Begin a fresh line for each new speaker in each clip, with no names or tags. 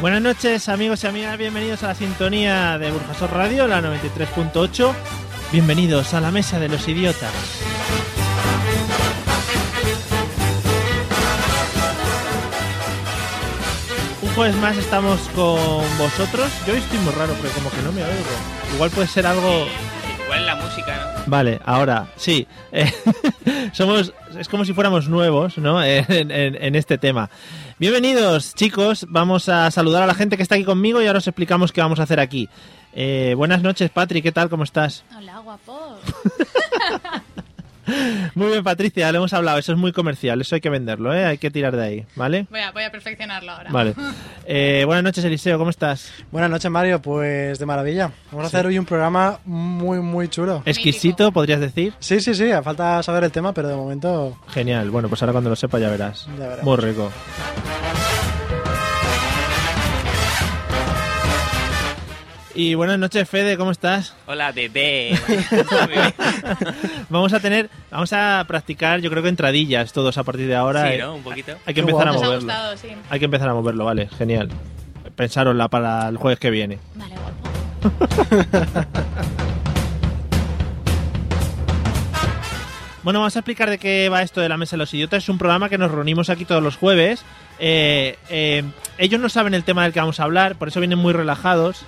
Buenas noches amigos y amigas, bienvenidos a la sintonía de Burjasor Radio, la 93.8. Bienvenidos a la Mesa de los Idiotas. Un jueves más estamos con vosotros. Yo hoy estoy muy raro, pero como que no me oigo. Igual puede ser algo...
Igual la música, ¿no?
Vale, ahora sí. Eh, somos, es como si fuéramos nuevos, ¿no? En, en- en este tema. Bienvenidos, chicos. Vamos a saludar a la gente que está aquí conmigo y ahora os explicamos qué vamos a hacer aquí. Eh, buenas noches, Patri. ¿Qué tal? ¿Cómo estás?
Hola, guapo.
Muy bien, Patricia. Lo hemos hablado. Eso es muy comercial. Eso hay que venderlo, ¿eh? Hay que tirar de ahí, ¿vale?
Voy a, voy a perfeccionarlo ahora.
Vale. Eh, buenas noches, Eliseo. ¿Cómo estás?
Buenas noches, Mario. Pues de maravilla. Vamos a
Sí.
hacer hoy un programa muy, muy chulo.
Exquisito, podrías decir.
Sí, sí, sí. A falta saber el tema, pero de momento.
Genial. Bueno, pues ahora cuando lo sepa ya verás.
Ya verás.
Muy rico. Y buenas noches, Fede, ¿cómo estás?
Hola, bebé. Bebé.
Vamos a tener, vamos a practicar, yo creo que entradillas todos a partir de ahora.
sí,
Eh,
¿no? Un poquito.
Hay que
Qué
empezar a
guapo.
Nos ha
moverlo.
gustado, sí.
Hay que empezar a moverlo, vale, genial. Pensárosla para el jueves que viene.
Vale, guapo.
Bueno, vamos a explicar de qué va esto de la Mesa de los Idiotas. Es un programa que nos reunimos aquí todos los jueves. Eh, eh, ellos no saben el tema del que vamos a hablar, por eso vienen muy relajados,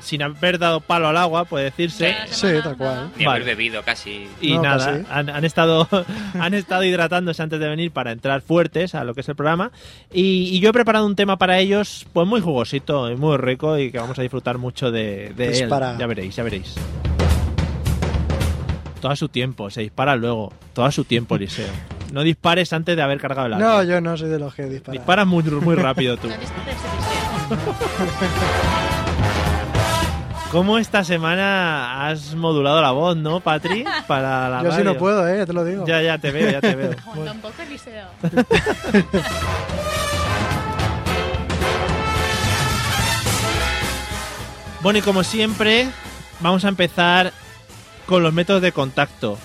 sin haber dado palo al agua, puede decirse.
Cada
Sí,
semana,
tal
nada.
cual.
Ni
Vale.
haber bebido casi.
Y
No, pues
nada,
casi.
han, han estado, han estado hidratándose antes de venir para entrar fuertes a lo que es el programa. Y, y yo he preparado un tema para ellos, pues muy jugosito y muy rico y que vamos a disfrutar mucho de, de él.
Dispara.
Ya veréis, ya veréis. Todo a su tiempo, se dispara luego. Todo a su tiempo, Eliseo. No dispares antes de haber cargado el arma.
No, yo no soy de los que disparan.
Disparas muy, muy rápido tú.
No disfrutes de deseo.
¿Cómo esta semana has modulado la voz, no, Patri? Para la
Yo sí no
radio.
puedo, eh, te lo digo.
Ya, ya te veo, ya te veo.
Joder, Tampoco Eliseo.
Bueno, y como siempre, vamos a empezar con los métodos de contacto.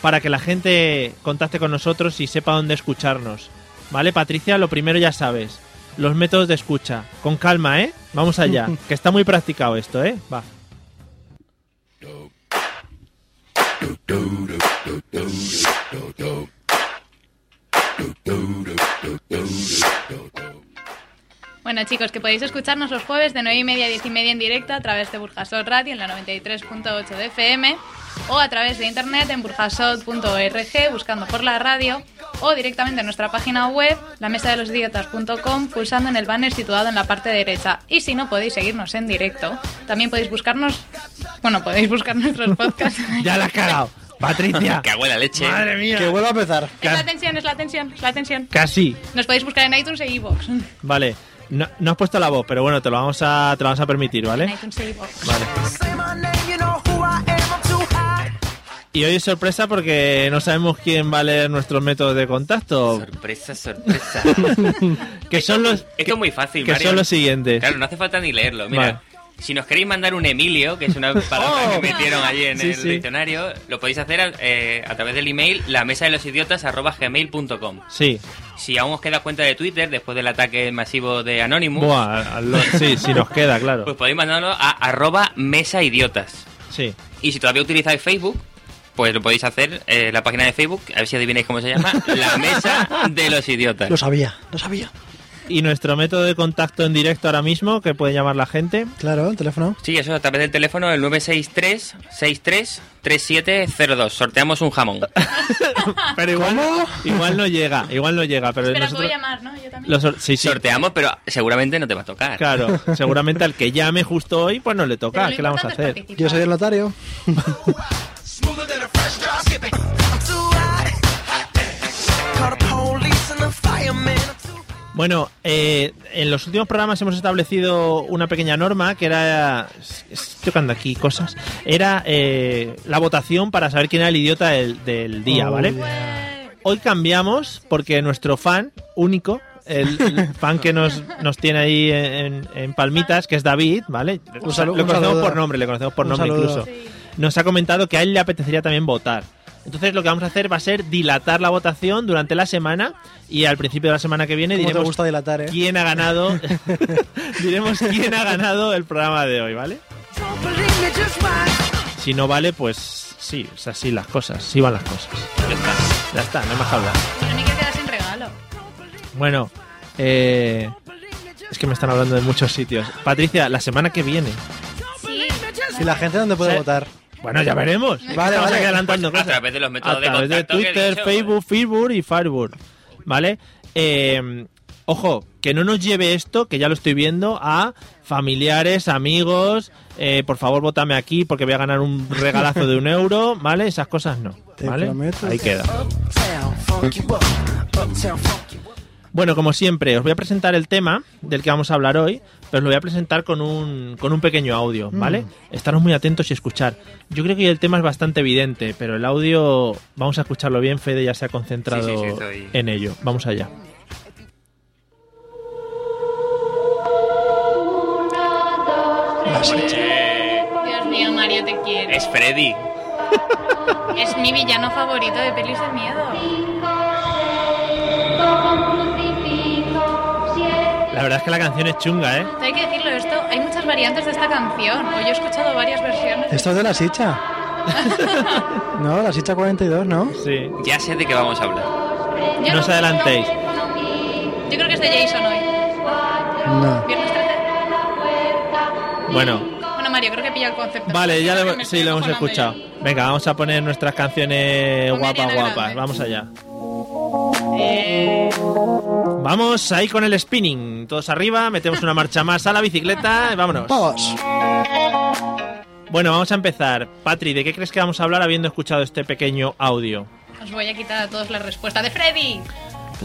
Para que la gente contacte con nosotros y sepa dónde escucharnos. ¿Vale, Patricia? Lo primero ya sabes. Los métodos de escucha. Con calma, ¿eh? Vamos allá. que está muy practicado esto, ¿eh? Va.
Bueno, chicos, que podéis escucharnos los jueves de 9 y media a 10 y media en directo a través de Burjasot Radio en la 93.8 de FM o a través de internet en burjasot.org buscando por la radio o directamente en nuestra página web lamesadelosdiotas.com pulsando en el banner situado en la parte derecha. Y si no podéis seguirnos en directo, también podéis buscarnos, bueno, podéis buscar nuestros podcasts.
Ya la has cagado. Patricia.
Que huele a leche.
Madre mía.
Que vuelva a empezar.
Es la tensión, es la tensión, es la tensión.
Casi.
Nos podéis buscar en iTunes e iVoox.
Vale. No, no has puesto la voz, pero bueno, te lo vamos a, te lo vamos a permitir,
En
¿vale?
iTunes e iVoox.
Vale. Y hoy es sorpresa porque no sabemos quién va a leer nuestros métodos de contacto,
Sorpresa, sorpresa.
que son los
Esto es muy fácil,
que
Mario.
son los siguientes.
Claro, no hace falta ni leerlo. Mira,
Vale.
Si nos queréis mandar un Emilio, que es una palabra
Oh.
que metieron allí en
Sí,
el
sí.
diccionario, lo podéis hacer a, eh, a través del email la mesa de los idiotas gmail.com.
Sí.
Si aún os queda cuenta de Twitter después del ataque masivo de Anonymous,
Buah, a lo- sí, sí nos queda,
pues
claro.
podéis mandarlo a arroba mesa idiotas.
Sí.
Y si todavía utilizáis Facebook, pues lo podéis hacer eh, la página de Facebook, a ver si adivináis cómo se llama, la mesa de los idiotas.
Lo sabía, lo sabía.
Y nuestro método de contacto en directo ahora mismo, que puede llamar la gente.
Claro, el teléfono.
Sí, eso a través del teléfono el 963 63 3702. Sorteamos un jamón.
Pero igual, igual no llega, igual no llega. Pero
Espera,
nosotros-
puedo llamar, ¿no? Yo también.
lo sor- sí, sí.
Sorteamos, pero seguramente no te va a tocar.
Claro, seguramente al que llame justo hoy, pues no le
Pero
toca.
lo
¿Qué le vamos a
importante es
hacer?
participar.
Yo soy el notario.
Smoother than a fresh drop. Skip it. I'm too hot. Call the police and the firemen. I'm too
Bueno, eh, en los últimos programas hemos establecido una pequeña norma que era. Estoy tocando aquí cosas. Era eh, la votación para saber quién era el idiota del, del día,
Oh,
¿vale? Hoy cambiamos porque nuestro fan único, el, el fan que nos, nos tiene ahí en, en palmitas, que es David, ¿vale?
Un salu-
le
un
conocemos
saludo.
por nombre, le conocemos por
Un
nombre
saludo.
incluso. Nos ha comentado que a él le apetecería también votar. Entonces lo que vamos a hacer va a ser dilatar la votación durante la semana y al principio de la semana que viene
¿Cómo te
diremos
gusta dilatar, eh?
quién ha ganado. diremos quién ha ganado el programa de hoy, ¿vale?
Don't believe me, just watch.
Si no vale, pues sí, es así las cosas, sí van las cosas.
Ya está.
Ya está, no hay más que hablar.
Pero ni que quedar sin regalo.
Bueno, eh, es que me están hablando de muchos sitios. Patricia, la semana que viene.
Sí.
¿Y la gente dónde puede
Sí.
votar?
Bueno, ya veremos. Es que
Vale,
estamos
vale.
aquí adelantando
Pues a
cosas.
través de los métodos
A
de
través
contacto que he
Twitter,
dicho. pues.
Facebook, Facebook y Firebird. ¿Vale? Eh, ojo, que no nos lleve esto, que ya lo estoy viendo, a familiares, amigos. eh, por favor, votame aquí porque voy a ganar un regalazo de un euro. ¿Vale? Esas cosas no.
Te
¿vale?
prometo.
Ahí queda.
Uptown, funk you up. Uptown, funk you up.
Bueno, como siempre, os voy a presentar el tema del que vamos a hablar hoy, pero os lo voy a presentar con un, con un pequeño audio, ¿vale? Estaros muy atentos y escuchar. Yo creo que el tema es bastante evidente, pero el audio vamos a escucharlo bien, Fede ya se ha concentrado
Sí, sí, sí, estoy-
en ello. Vamos allá.
Dios mío, Mario, te quiero.
Es Freddy.
Es mi villano favorito de pelis de miedo.
La verdad es que la canción es chunga, ¿eh?
Hay que decirlo esto, hay muchas variantes de esta canción. Hoy he escuchado varias versiones.
Esto es de la Sicha. no, la Sicha 42, ¿no?
Sí.
Ya sé de qué vamos a hablar.
Yo
No os adelantéis.
Yo creo que es de Jason hoy.
No.
Viernes 13.
Bueno,
Bueno, Mario, creo que pilla el concepto.
vale, ya
Creo
lo,
que me
sí,
estoy
lo hemos
acojonando
escuchado. Venga, vamos a poner nuestras canciones
Con
guapas,
Ariana
guapas.
Grande.
Vamos allá.
ya. Eh,
Vamos ahí con el spinning. Todos arriba, metemos una marcha más a la bicicleta y vámonos.
Vamos.
Bueno, vamos a empezar. Patri, ¿de qué crees que vamos a hablar habiendo escuchado este pequeño audio?
os voy a quitar a todos la respuesta de Freddy.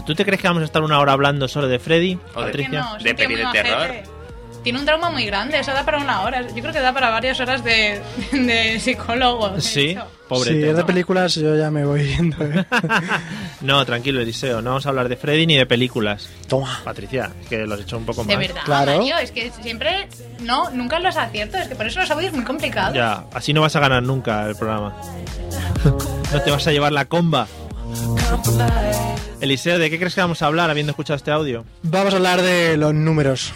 ¿Tú te crees que vamos a estar una hora hablando solo de Freddy,
O de-
Que
Patricia?
no, es un
De
tío
peli
muy
de
majete. Tiene un trauma muy grande, eso da para una hora. Yo creo que da para varias horas de, de psicólogo. de
Sí,
hecho.
pobre.
si es de películas, yo ya me voy yendo. ¿eh?
no, tranquilo, Eliseo. No vamos a hablar de Freddy ni de películas.
Toma.
Patricia, es que lo has hecho un poco
De
mal.
verdad,
Claro.
Mario, es que siempre. No, nunca los acierto, es que por eso los audios muy complicados.
Ya, así no vas a ganar nunca el programa. no te vas a llevar la comba. Eliseo, ¿de qué crees que vamos a hablar habiendo escuchado este audio?
Vamos a hablar de los números.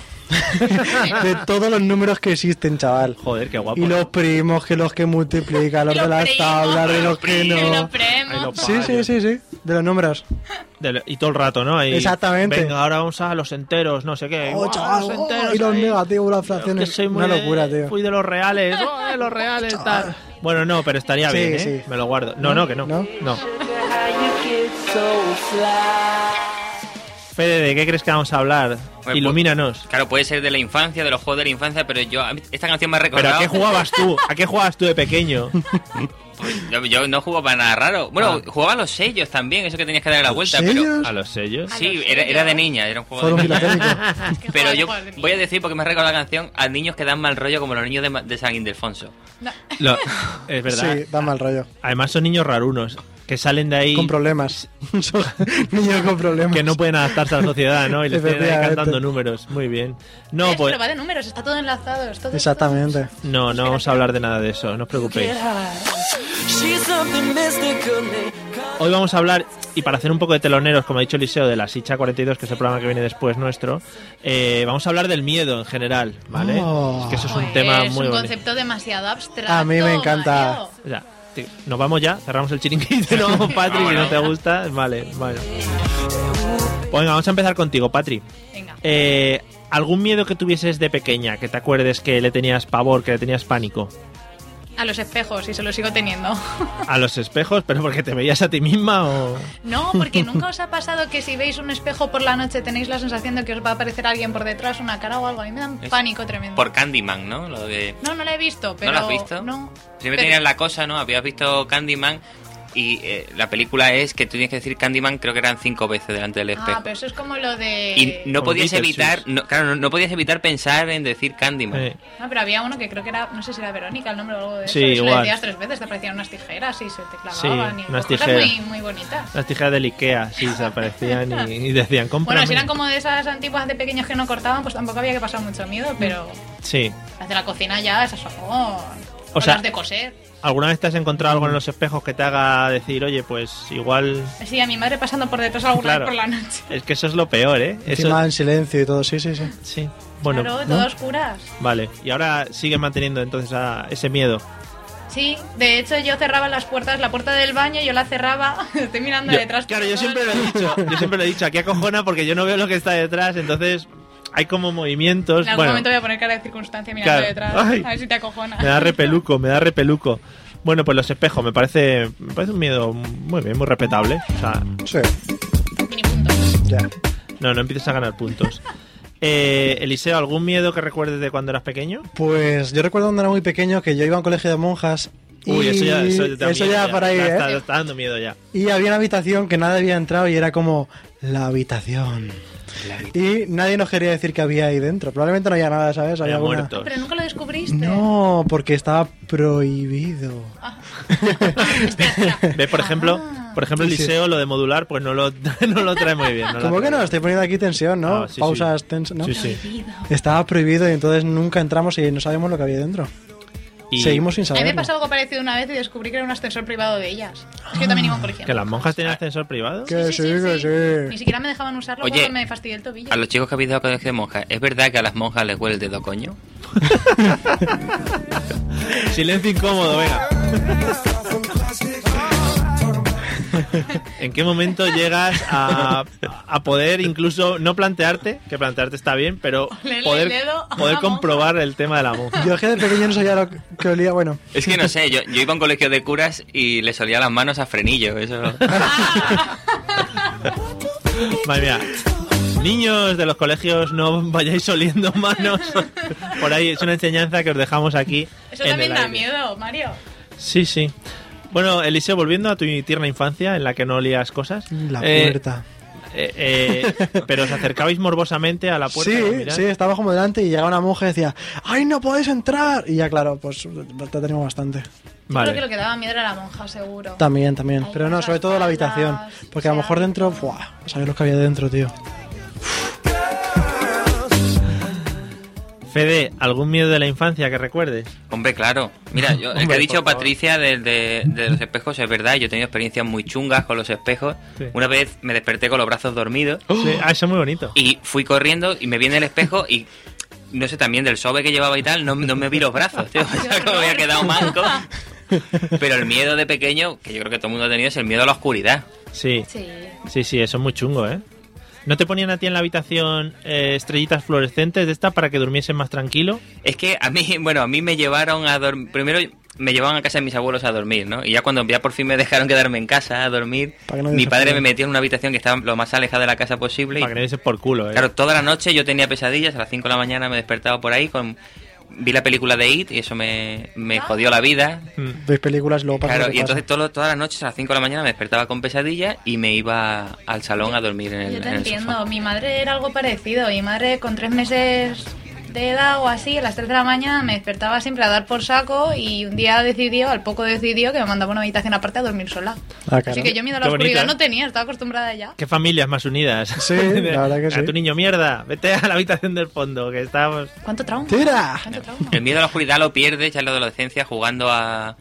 de todos los números que existen, chaval.
Joder, qué guapo.
Y los primos, que los que multiplican, los
Los
de las
primos,
tablas, de los que
primos,
no.
los primos.
Ay, lo
Sí, sí, sí, sí. De los números.
Del- y todo el rato, ¿no? Ahí,
Exactamente.
Venga, ahora vamos a los enteros, no sé qué.
Oh,
Guau,
chaval,
los
oh,
enteros
y los
ahí.
negativos,
Yo
las
es que
fracciones.
soy muy
Una
de-
locura, tío.
Fui de los reales, oh, de los reales, tal. Bueno, no, pero estaría
Sí,
bien, ¿eh?
sí.
Me lo guardo. No, no, que no. No.
¿No?
Fede, ¿de qué crees que vamos a hablar?
pues-
Ilumínanos.
Claro, puede ser de la infancia, de los
pues,
juegos de la infancia, pero yo a mí esta canción me ha
¿Pero
recordado.
a qué jugabas tú? ¿A qué jugabas tú de pequeño?
Pues yo, yo no juego para nada raro. Bueno, jugaba a los sellos también, eso que tenías que dar la vuelta,
sellos?
pero.
A los sellos.
¿A
Sí,
los
era, era de
sellos?
niña, era un juego
Foro
de niña.
filatélico.
Es que
Pero
juegas
yo
juegos de niños.
voy a decir, porque me ha recordado la canción, a niños que dan mal rollo como los niños de, Ma- de San Ildefonso.
No.
Lo- es verdad.
Sí, da mal rollo.
Además son niños rarunos que salen de ahí
Con problemas. Son niños con problemas.
que no pueden adaptarse a la sociedad, ¿no? Y les tienen ahí
Efectivamente.
cantando números. Muy bien. No,
Es,
pues
Pero va de números, está todo enlazado. es todo-
Exactamente.
no, no vamos a hablar de nada de eso, no os preocupéis.
She's something mystical, Nick.
Hoy vamos a hablar, y para hacer un poco de teloneros, como ha dicho Eliseo, de la Sicha 42, que es el programa que viene después nuestro, eh, vamos a hablar del miedo en general, ¿vale?
Oh.
Es que eso es
Joder,
un tema
es
muy
un
bonito.
concepto demasiado abstracto.
A mí me encanta.
Mario.
O sea, tío, nos vamos ya, cerramos el chiringuito, nos vamos, Patri, si no te gusta, vale, vale. Venga, vamos a empezar contigo, Patri.
Venga.
Eh, ¿Algún miedo que tuvieses de pequeña, que te acuerdes que le tenías pavor, que le tenías pánico?
A los espejos, y se los sigo teniendo.
¿A los espejos? ¿Pero porque te veías a ti misma o...?
No, porque nunca os ha pasado que si veis un espejo por la noche tenéis la sensación de que os va a aparecer alguien por detrás, una cara o algo. A mí me da un
Es-
pánico tremendo.
Por Candyman, ¿no? Lo de...
No, no la he visto,
¿No
pero.
la has visto?
No.
Siempre
Pero-
tenías la cosa, ¿no? Habías visto Candyman y eh, la película es que tú tienes que decir Candyman, creo que eran cinco veces delante del espejo.
Ah, pero eso es como lo de.
Y no
Como
podías
Beetlejuice.
evitar, no, claro, no, no podías evitar pensar en decir Candyman.
Eh,
No, Ah, pero había uno que creo que era, no sé si era Verónica el nombre o algo de eso.
Sí,
eso le
igual.
decías tres veces, te aparecían unas tijeras y se te clavaban.
Sí,
y
unas
cosas
tijeras.
Muy, muy bonitas.
las tijeras del Ikea, sí, se aparecían y, y decían, cómprame.
Bueno, si eran como de esas antiguas de pequeños que no cortaban, pues tampoco había que pasar mucho miedo,
Mm.
pero
Sí.
las de la cocina ya, esas son. oh,
O
o
sea-
las de coser.
¿Alguna vez te has encontrado algo en los espejos que te haga decir, oye, pues igual...
Sí, a mi madre pasando por detrás alguna
Claro.
vez por la noche.
Es que eso es lo peor, ¿eh? Eso...
Encima en silencio y todo, sí, sí, sí.
Sí. Bueno,
claro,
¿no?
todo oscuras.
Vale, y ahora sigue manteniendo entonces a ese miedo.
Sí, de hecho yo cerraba las puertas, la puerta del baño yo la cerraba, estoy mirando
Yo-
detrás. Pues
claro,
por
yo siempre
todo
lo
el-
he dicho, yo siempre lo he dicho, aquí acojona porque yo no veo lo que está detrás, entonces hay como movimientos.
En algún
bueno,
momento voy a poner cara de circunstancia mirando
Claro.
detrás,
Ay.
a ver si te acojona.
me da repeluco, me da repeluco. Bueno, pues los espejos, me parece, me parece un miedo muy bien, muy respetable. O sea,
Sí,
Mini punto.
ya.
no, no empieces a ganar puntos. Eh, Eliseo, ¿algún miedo que recuerdes de cuando eras pequeño?
Pues yo recuerdo cuando era muy pequeño que yo iba a un colegio de monjas. y-
Uy, eso ya, eso ya, da
eso
miedo
ya por ahí,
está,
¿eh?
está- está dando miedo ya.
Y había una habitación que nadie había entrado y era como la habitación. Y nadie nos quería decir que había ahí dentro. Probablemente no había nada, ¿sabes? Había
Ya
alguna-
muertos.
Pero nunca lo descubriste.
No, porque estaba prohibido.
Ah. Espera, espera.
Ve, por ejemplo, por ejemplo,
Sí, sí.
Eliseo, lo de modular, pues no lo, no lo trae muy bien. lo
¿Cómo
trae
que no?
bien.
Estoy poniendo aquí tensión, ¿no?
Ah, sí, sí.
Pausas tensas, ¿no?
Sí, sí.
Estaba prohibido y entonces nunca entramos y no sabíamos lo que había dentro.
Y-
Seguimos sin
A mí me
saber.
pasó algo parecido una vez y descubrí que era un ascensor privado de ellas. Es que yo también iba a un colegio.
¿Que las monjas tienen ascensor privado?
Que Ah, sí, que sí.
Ni siquiera me dejaban usarlo
Oye,
porque me fastidié el tobillo.
A los chicos que habéis dado colegio de monjas, ¿es verdad que a las monjas les huele el dedo coño?
Silencio incómodo, venga. ¿En qué momento llegas a, a poder incluso no plantearte, que plantearte está bien, pero
Olerle el
poder,
dedo a
poder
la
comprobar el tema de la monja?
Yo es que de pequeño no sabía lo que olía. Bueno,
Es que no sé, yo, yo iba a un colegio de curas y les olía las manos a frenillo, eso...
Madre mía. Niños de los colegios, no vayáis oliendo manos. Por ahí es una enseñanza que os dejamos aquí.
Eso
en
también
el
da
aire.
miedo, Mario.
Sí, sí. Bueno, Eliseo, volviendo a tu tierna infancia en la que no olías cosas.
la
eh,
puerta.
eh, eh, pero os acercabais morbosamente a la puerta.
sí,
¿no? Mirad.
sí, estaba como delante y llegaba una monja y decía, ¡ay, no podéis entrar! Y ya, claro, pues te tenemos bastante.
Creo que lo
Vale.
que daba miedo era la monja, seguro.
También, también.
Ay,
Pero no,
las
sobre todo la
espaldas,
habitación. Porque a lo
o sea-
mejor dentro, ¡buah! Sabéis lo que había dentro, tío.
Fede, ¿algún miedo de la infancia que recuerdes?
Hombre, claro. Mira, yo, el que
Hombre,
ha
por
dicho
favor.
Patricia del- de, de los espejos es verdad. Yo he tenido experiencias muy chungas con los espejos.
Sí.
Una vez me desperté con los brazos dormidos
¡Oh!
Sí, ah, eso es muy bonito.
y fui corriendo y me vi en el espejo y no sé, también del sobe que llevaba y tal, no, no me vi los brazos, tío. O sea, que me había quedado manco. Pero el miedo de pequeño, que yo creo que todo el mundo ha tenido, es el miedo a la oscuridad.
Sí,
Sí.
sí, sí, eso es muy chungo, ¿eh? ¿No te ponían a ti en la habitación eh, estrellitas fluorescentes de esta para que durmiesen más tranquilo?
Es que a mí, bueno, a mí me llevaron a dormir. Primero me llevaban a casa de mis abuelos a dormir, ¿no? Y ya cuando ya por fin me dejaron quedarme en casa a dormir,
Para que no
mi
digas
padre
nada.
me metió en una habitación que estaba lo más alejada de la casa posible. y-
Para que no diesen por culo, ¿eh?
claro, toda la noche yo tenía pesadillas, a las 5 de la mañana me despertaba por ahí con vi la película de It y eso me,
Ah.
me jodió la vida.
Ves películas, luego pasa lo
Claro,
que
y entonces
pasa.
todo- todas las noches a las 5 de la mañana me despertaba con pesadilla y me iba al salón a dormir en el,
Yo te
en el
entiendo,
sofá.
mi madre era algo parecido. Mi madre con tres meses de edad o así, a las 3 de la mañana me despertaba siempre a dar por saco y un día decidió, al poco decidió, que me mandaba a una habitación aparte a dormir sola.
Ah, claro.
Así que yo miedo a la
Qué bonito,
oscuridad
¿eh?
no tenía, estaba acostumbrada ya.
Qué familias más unidas.
Sí, la verdad que
A
sí.
tu niño mierda, vete a la habitación del fondo, que estamos...
¿Cuánto trauma?
¡Tira!
¿Cuánto trauma?
El miedo a la oscuridad lo pierdes ya en la adolescencia jugando a,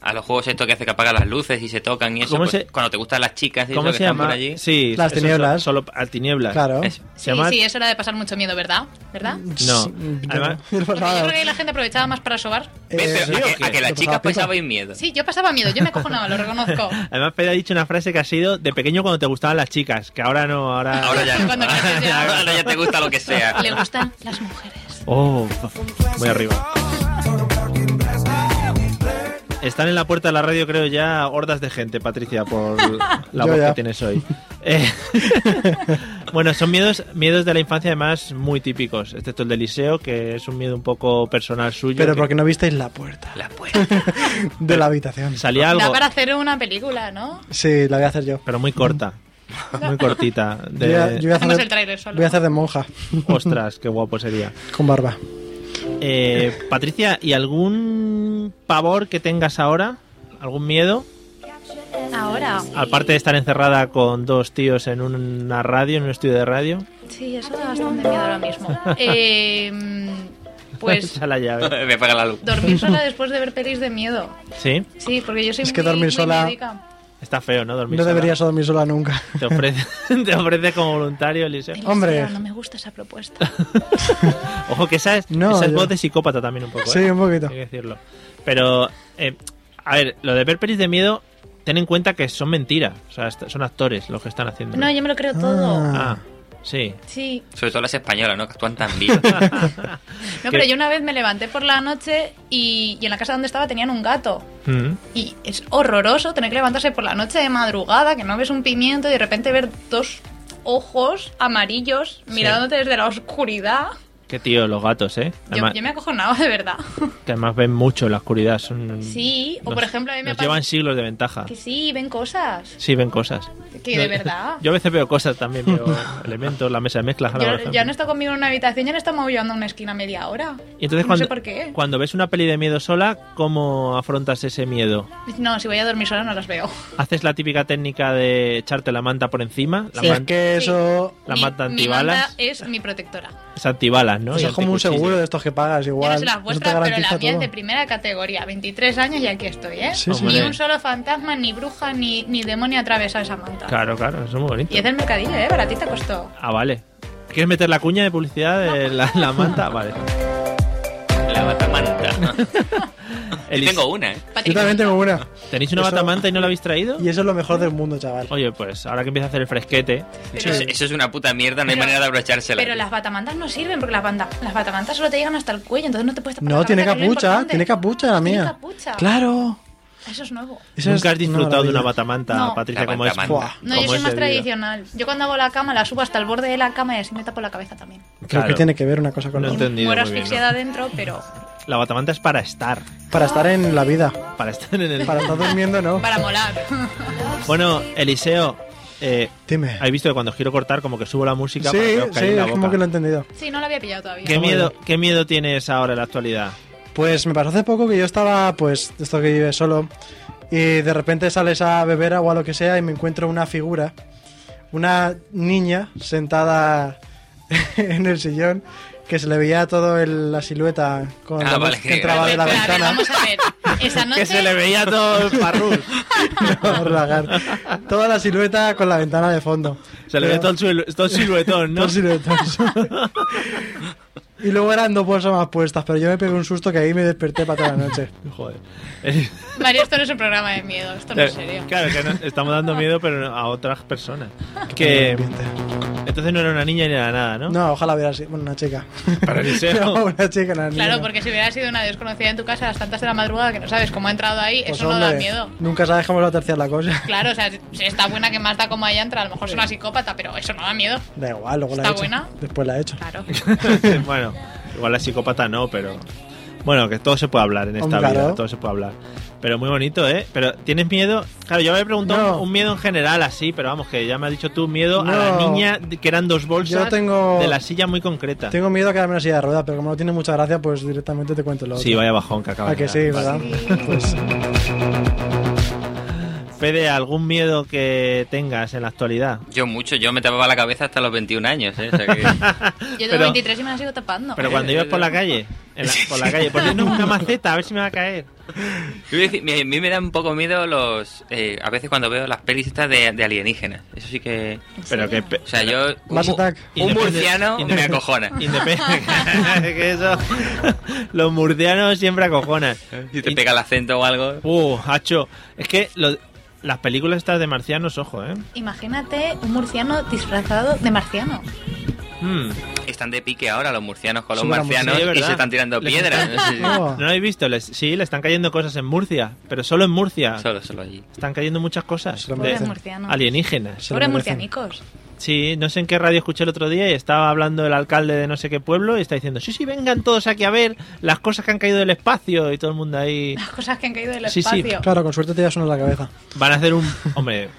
a los juegos estos que hace que apagan las luces y se tocan y eso.
¿Cómo
pues,
se-
cuando te gustan las chicas y eso
¿Cómo
que
se
están
llama?
por allí.
Sí,
Las
eso es
tinieblas.
Solo al tinieblas.
Claro.
Eso.
Se
Sí,
llama-
sí, eso era de pasar mucho miedo, ¿verdad? ¿Verdad?
No.
Mm,
Además-
Porque yo creo que ahí la gente aprovechaba más para sobar.
¿Ves?
Eh,
Pero a, que, a que las chicas
Lo pasaba pipa.
pasabais miedo.
Sí, yo pasaba miedo, yo me acojonaba, lo reconozco.
Además, Pedro ha dicho una frase que ha sido de pequeño cuando te gustaban las chicas, que ahora no, ahora...
Ahora ya,
Cuando creces ya.
ahora ya te gusta lo que sea.
Le gustan las mujeres.
Oh, muy arriba. Están en la puerta de la radio, creo ya, hordas de gente, Patricia, por la
Yo
voz
ya.
que tienes hoy. Eh, bueno, son miedos, miedos de la infancia, además, muy típicos, excepto el de Liceo, que es un miedo un poco personal suyo.
Pero
que
porque no visteis la puerta
La puerta.
de la habitación.
Salía
Da
algo,
para hacer una película, ¿no?
Sí, la voy a hacer yo.
pero muy corta, muy cortita.
Yo voy a- yo voy
De,
a
Hacemos
hacer-
el tráiler solo.
voy a hacer de monja
ostras, qué guapo sería.
con barba.
Eh, Patricia, ¿y algún pavor que tengas ahora? ¿Algún miedo?
Ahora.
Aparte de estar encerrada con dos tíos en una radio, en un estudio de radio.
Sí, eso da bastante miedo ahora mismo. Eh, mm, pues
Echa la llave.
Me apaga la luz.
dormir sola después de ver pelis de miedo.
Sí,
Sí, porque yo soy
Es que
muy-
dormir
muy
sola-
miedica.
está feo, ¿no? Dormir
No
sola.
deberías dormir sola nunca.
Te ofrece, te ofrece como voluntario, Eliseo.
Eliseo,
Hombre.
No me gusta esa propuesta.
Ojo, que esa es,
No,
esa es
yo-
voz de psicópata también un poco.
Sí,
¿eh?
un poquito.
Hay que decirlo. Pero, eh, a ver, lo de ver pelis de miedo, ten en cuenta que son mentiras. O sea, est- son actores los que están haciendo.
No, yo me lo creo todo.
Ah, sí.
Sí.
Sobre todo las españolas, ¿no? Que actúan tan bien.
No, pero yo una vez me levanté por la noche y, y en la casa donde estaba tenían un gato.
Mm.
Y es horroroso tener que levantarse por la noche de madrugada, que no ves un pimiento y de repente ver dos ojos amarillos mirándote desde la oscuridad.
Qué tío, los gatos, ¿eh?
Yo,
Además-
yo me acojonaba, de verdad.
Que además ven mucho en la oscuridad. Son,
Sí, o por ejemplo, a mí me
nos
pasa-
llevan siglos de ventaja.
Que sí, ven cosas.
Sí, ven cosas.
Que de verdad.
Yo a veces veo cosas también, veo elementos, la mesa de mezclas. ahora, por
Yo,
ejemplo.
ya han estado conmigo en una habitación, ya han estado maullando una esquina media hora.
Y entonces
no
cuando,
sé por qué.
cuando ves una peli de miedo sola, ¿cómo afrontas ese miedo?
No, si voy a dormir sola no las veo.
¿Haces la típica técnica de echarte la manta por encima? La,
Si es
man-
que eso,
la
Mi-
manta
mi
antibalas.
manta es mi protectora.
Es antibalas, ¿no?
eso
Y
es como un
anticuchillo.
seguro de estos que pagas
Yo
igual.
no sé las
Eso te
vuestras, pero
garantiza
la mía es de
todo.
primera categoría. 23 años y aquí estoy, ¿eh?
Sí, sí.
Ni
Hombre.
un solo fantasma, ni bruja, ni, ni demonio ha atravesado esa manta.
Claro, claro, eso es muy bonito.
Y es del mercadillo, ¿eh? Baratita costó.
Ah, vale. ¿Quieres meter la cuña de publicidad de la, la manta? Vale.
La batamanta. Yo
Elis,
tengo una, ¿eh?
Yo
Patrick,
también tengo una.
¿Tenéis una
Eso-
batamanta y no la habéis traído?
Y eso es lo mejor del mundo, chaval.
Oye, pues ahora que empieza a hacer el fresquete,
pero-
Eso, eso es una puta mierda, no hay
Pero-
manera de abrochársela.
Pero las batamantas no sirven porque las, banda- las batamantas solo te llegan hasta el cuello, entonces no te puedes tapar
No,
la
tiene
cabeza, que es lo
capucha,
importante.
tiene capucha la mía.
Tiene capucha.
Claro.
Eso es nuevo.
Eso
nunca
es
has disfrutado de una batamanta,
No.
Patricia,
La
como es.
batamanta.
Buah.
No,
como
yo soy
es
más
debido.
tradicional. Yo cuando hago la cama la subo hasta el borde de la cama y así me tapo la cabeza también.
Creo que
Claro.
tiene que ver una cosa con
No
la otra.
entendido
Muero
muy bien,
asfixiada adentro, pero
La batamanta es para estar,
Para estar en la vida.
para estar en el.
Para estar durmiendo, no.
para molar.
Bueno, Eliseo, eh,
Dime.
¿habéis visto que cuando quiero cortar como que subo la música para
Sí,
que os
sí,
caiga en la
es como
boca?
que lo he entendido.
sí, no la había pillado todavía.
¿Qué
Vamos
miedo,
allá.
¿Qué miedo tienes ahora en la actualidad?
Pues me pasó hace poco que yo estaba, pues, esto que vive solo, y de repente sales a beber agua o lo que sea y me encuentro una figura, una niña sentada en el sillón, que se le veía todo el- la silueta con
Ah,
la luz
vale,
que
que-
entraba de la
Pero, a ver,
ventana.
vamos a ver. Esa noche
Que se le veía todo el parrul.
No, relajar. Toda la silueta con la ventana de fondo.
Se le
Pero-
veía todo el, suelo- todo el siluetón, ¿no?
Dos siluetas. y luego eran dos bolsas más puestas, pero yo me pegué un susto que ahí me desperté para toda la noche.
Joder.
Mario, esto no es un programa de miedo, esto
Eh,
no es serio.
Claro, que no- estamos dando miedo pero a otras personas. Que entonces no era una niña ni era nada, ¿no?
No, ojalá hubiera sido bueno, una chica.
Para Eliseo.
No, una chica, una niña.
Claro, porque si hubiera sido una desconocida en tu casa a las tantas de la madrugada que no sabes cómo ha entrado ahí,
Pues,
eso no da
hombre,
miedo.
Nunca sabes cómo lo terciar la cosa.
Claro, o sea, si está buena que más da como ella entra, a lo mejor es una psicópata, pero eso no da miedo.
Da igual, luego la
¿Está
he hecho.
buena?
Después la he hecho.
Claro.
bueno, igual la psicópata no, pero Bueno, que todo se puede hablar en esta
Hombre,
vida,
claro.
todo se puede hablar. Pero muy bonito, ¿eh? Pero ¿tienes miedo? Claro, yo me he preguntado
No.
un- un miedo en general así, pero vamos, que ya me has dicho tú miedo a la
No.
niña de- que eran dos bolsas
Yo tengo-
de la silla muy concreta.
Tengo miedo a quedarme en la silla de ruedas, pero como no tiene mucha gracia, pues directamente te cuento lo
Sí,
otro.
vaya bajón que acaba
¿A Ah, que sí, verdad? Pues
Fede, ¿algún miedo que tengas en la actualidad?
Yo mucho, yo me tapaba la cabeza hasta los 21 años. ¿eh? O sea que-
Yo tengo
Pero-
23 y me la sigo tapando.
Pero cuando ibas por la calle, en la- por la calle, poniendo una maceta, a ver si me va a caer.
Yo voy a decir, mira, a mí me da un poco miedo los. eh, a veces cuando veo las pelis estas de, de alienígenas. Eso sí que.
Pero que... pe-
O sea, yo. Un,
Mars
mu-
Attack.
un
Independe-
murciano
Independe-
me acojona.
Independe- que eso- Los murcianos siempre acojonan.
Si te pega el acento o algo.
Uh, hacho. Es que lo- las películas estas de marcianos, ojo, ¿eh?
Imagínate un murciano disfrazado de marciano.
Mm.
Están de pique ahora los murcianos con los
Sí, vamos,
marcianos
sí, es
y
verdad.
se están tirando
Les
piedras. Sí, sí.
no.
¿No lo habéis visto? Les- sí, le están cayendo cosas en Murcia, pero solo en Murcia.
Solo, solo allí.
Están cayendo muchas cosas.
Se lo
de-
Pobres murcianos.
alienígenas.
Se lo
Pobres
merecen.
murcianicos.
Sí, no sé en qué radio escuché el otro día y estaba hablando el alcalde de no sé qué pueblo y está diciendo, sí, sí, vengan todos aquí a ver las cosas que han caído del espacio y todo el mundo ahí...
Las cosas que han caído del
Sí, sí,
espacio.
claro, con suerte te llevas uno en la cabeza.
Van a hacer un... Hombre,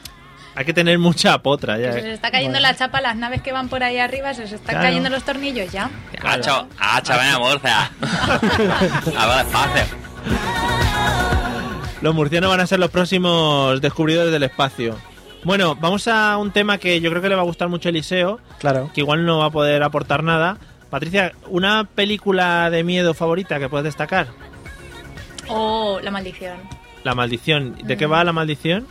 hay que tener mucha potra
Que
ya.
se les
¿eh?
está cayendo la chapa a las naves que van por ahí arriba, se les están
Claro.
cayendo los tornillos ya.
Hacha, hacha, ven a morza. Habla despacio.
Los murcianos van a ser los próximos descubridores del espacio. Bueno, vamos a un tema que yo creo que le va a gustar mucho a Eliseo,
Claro.
que igual no va a poder aportar nada. Patricia, ¿una película de miedo favorita que puedes destacar?
Oh, la maldición.
La maldición. ¿De qué va la maldición?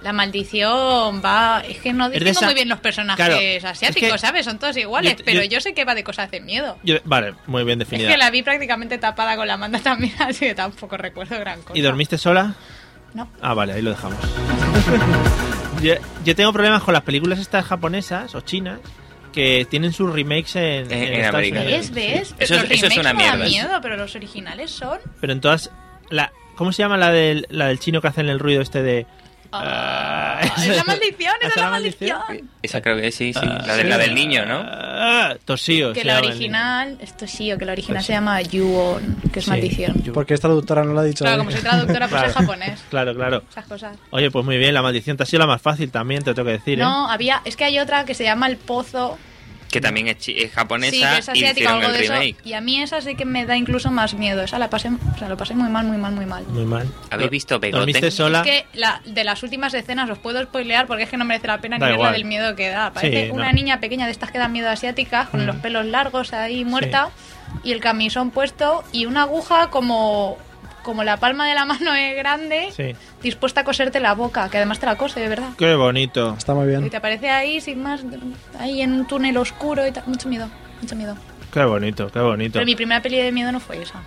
La maldición va. Es que no
de
distingo
esa-
muy bien los personajes
Claro,
asiáticos,
es que-
¿sabes? Son todos iguales,
yo te-
pero
yo-
yo... sé que va de cosas de miedo.
Yo- vale, muy bien
Es
definida.
que la vi prácticamente tapada con la manta también, así que tampoco recuerdo gran cosa.
¿Y dormiste sola?
No.
Ah, vale, ahí lo dejamos. yo, yo tengo problemas con las películas estas japonesas o chinas que tienen sus remakes en,
En- en
Estados
América.
Unidos.
¿Ves? ¿Ves?
Eso es-
los
eso es
remakes
una
no dan
mierda.
miedo, pero los originales son.
Pero en todas... La, ¿Cómo se llama la del, la del chino que hacen el ruido este de...
Ah, es la maldición, es la maldición.
Esa creo que sí, sí. La, de- la del niño, ¿no?
Ah, tosío.
Que
se
la
llama el
original, esto sí, o que la original
Pues
se llama Yuon, que es
Sí.
maldición.
Porque esta traductora no lo ha dicho. ¿eh?
Claro,
hoy.
como soy traductora, pues es
Claro.
japonés.
niño. Claro, claro.
Esas cosas.
Oye, pues muy bien, la maldición te ha sido la más fácil también, te tengo que decir, ¿eh?
No, había. Es que hay otra que se llama El Pozo.
Que también es, chi- es japonesa
Sí, que es
y
asiática o
hicieron
algo
el
de
remake.
eso. Y a mí esa sí que me da incluso más miedo. Esa la pasé, o sea, lo pasé muy mal, muy mal, muy mal.
Muy mal.
¿Habéis visto Pegote?
¿Dormiste sola?
Es que la, de las últimas escenas os puedo spoilear porque es que no merece la pena
Da
ni ver la
igual.
del miedo que da. Parece
Sí,
una
no. Mm.
niña pequeña de estas que dan miedo asiáticas, con los pelos largos ahí muerta, y el camisón puesto, y una aguja como, como la palma de la mano es grande,
Sí.
dispuesta a coserte la boca, que además te la cose, de verdad.
Qué bonito.
Está muy
Y
bien.
te aparece ahí, sin más, ahí en un túnel oscuro y tal. Mucho miedo, mucho miedo.
Qué bonito, qué bonito.
Pero mi primera peli de miedo no fue esa.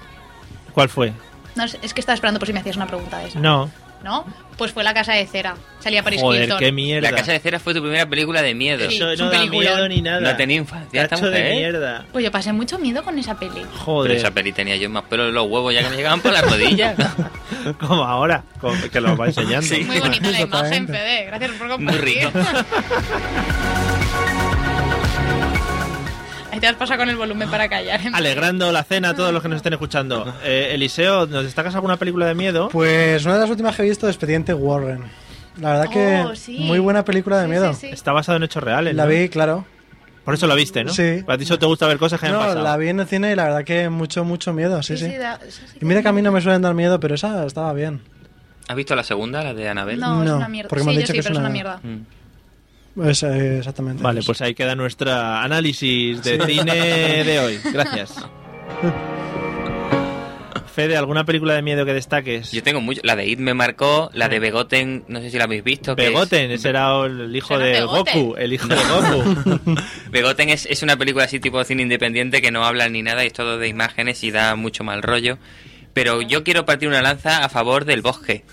¿Cuál fue?
No, es es que estaba esperando por si me hacías una pregunta de esa.
No.
¿No? Pues fue La Casa de Cera. Salía Paris
Joder,
Hilton.
qué mierda.
La Casa de Cera fue tu primera película de miedo.
Sí.
Eso
es
no
un
da
peliculón.
miedo ni nada.
No tenía infancia esta
Cacho de
mujer. ¿eh?
mierda.
Pues yo pasé mucho miedo con esa peli.
Pero
Joder.
esa peli tenía yo más pelo en los huevos ya que me llegaban por las rodillas.
Como ahora, como que lo va enseñando.
Sí.
Muy bonita la imagen,
Exactamente.
Fede. Gracias por
Muy
compartir.
rico.
Ahí te has pasado con el volumen para callar. ¿eh?
Alegrando la cena a todos los que nos estén escuchando. Eh, Eliseo, ¿nos destacas alguna película de miedo?
Pues una de las últimas que he visto de Expediente Warren. La verdad que
Oh, sí.
muy buena película de
Sí,
miedo.
sí, sí.
Está basado en hechos reales.
La
¿no?
vi, claro.
Por eso la viste, ¿no?
Sí.
A ti solo te gusta ver cosas que han
No,
pasado.
la vi en el cine y la verdad que mucho, mucho miedo, sí, sí.
da- sí, sí,
Y mira que a mí
da-
no me suelen dar miedo, pero esa estaba bien.
¿Has visto la segunda, la de Anabel? Mm.
No, es
No,
una mierda.
porque
sí,
me han
yo
dicho
sí,
que
pero
es
es una
una-
mierda.
Esa, eh, exactamente.
Vale, pues ahí queda nuestro análisis de cine de hoy. Gracias. Fede, ¿alguna película de miedo que destaques?
Yo tengo mucho. La de It me marcó, la
Mm.
de Begoten, no sé si la habéis visto. que es-
Begoten, ese era el hijo
Era
de
Pegote.
Goku. El hijo de Goku.
Begoten es, es una película así tipo cine independiente que no habla ni nada y es todo de imágenes y da mucho mal rollo. Pero yo quiero partir una lanza a favor del bosque.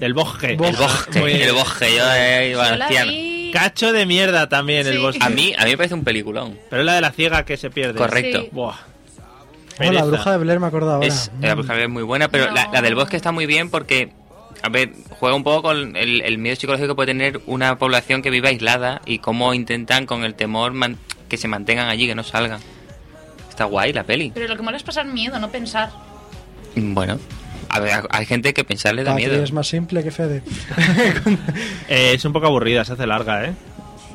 Del bosque.
El bosque, el bosque. Yo, eh, iba
Yo la
anciano.
vi-
Cacho de mierda también el
Sí.
bosque.
A mí, a mí me parece un peliculón.
Pero es la de la ciega que se pierde.
Correcto.
Sí.
Buah.
Oh, la
Pereza.
bruja de Blair me acuerdo ahora. Mm.
Es, la bruja de Blair es muy buena, pero la,
No.
la del bosque está muy bien porque, a ver, juega un poco con el, el miedo psicológico que puede tener una población que vive aislada y cómo intentan con el temor man- que se mantengan allí, que no salgan. Está guay la peli.
Pero lo que mola es pasar miedo, no pensar.
Bueno, a ver, hay gente que pensar le da
Patri
miedo.
es más simple que Fede.
Eh, es un poco aburrida, se hace larga, ¿eh?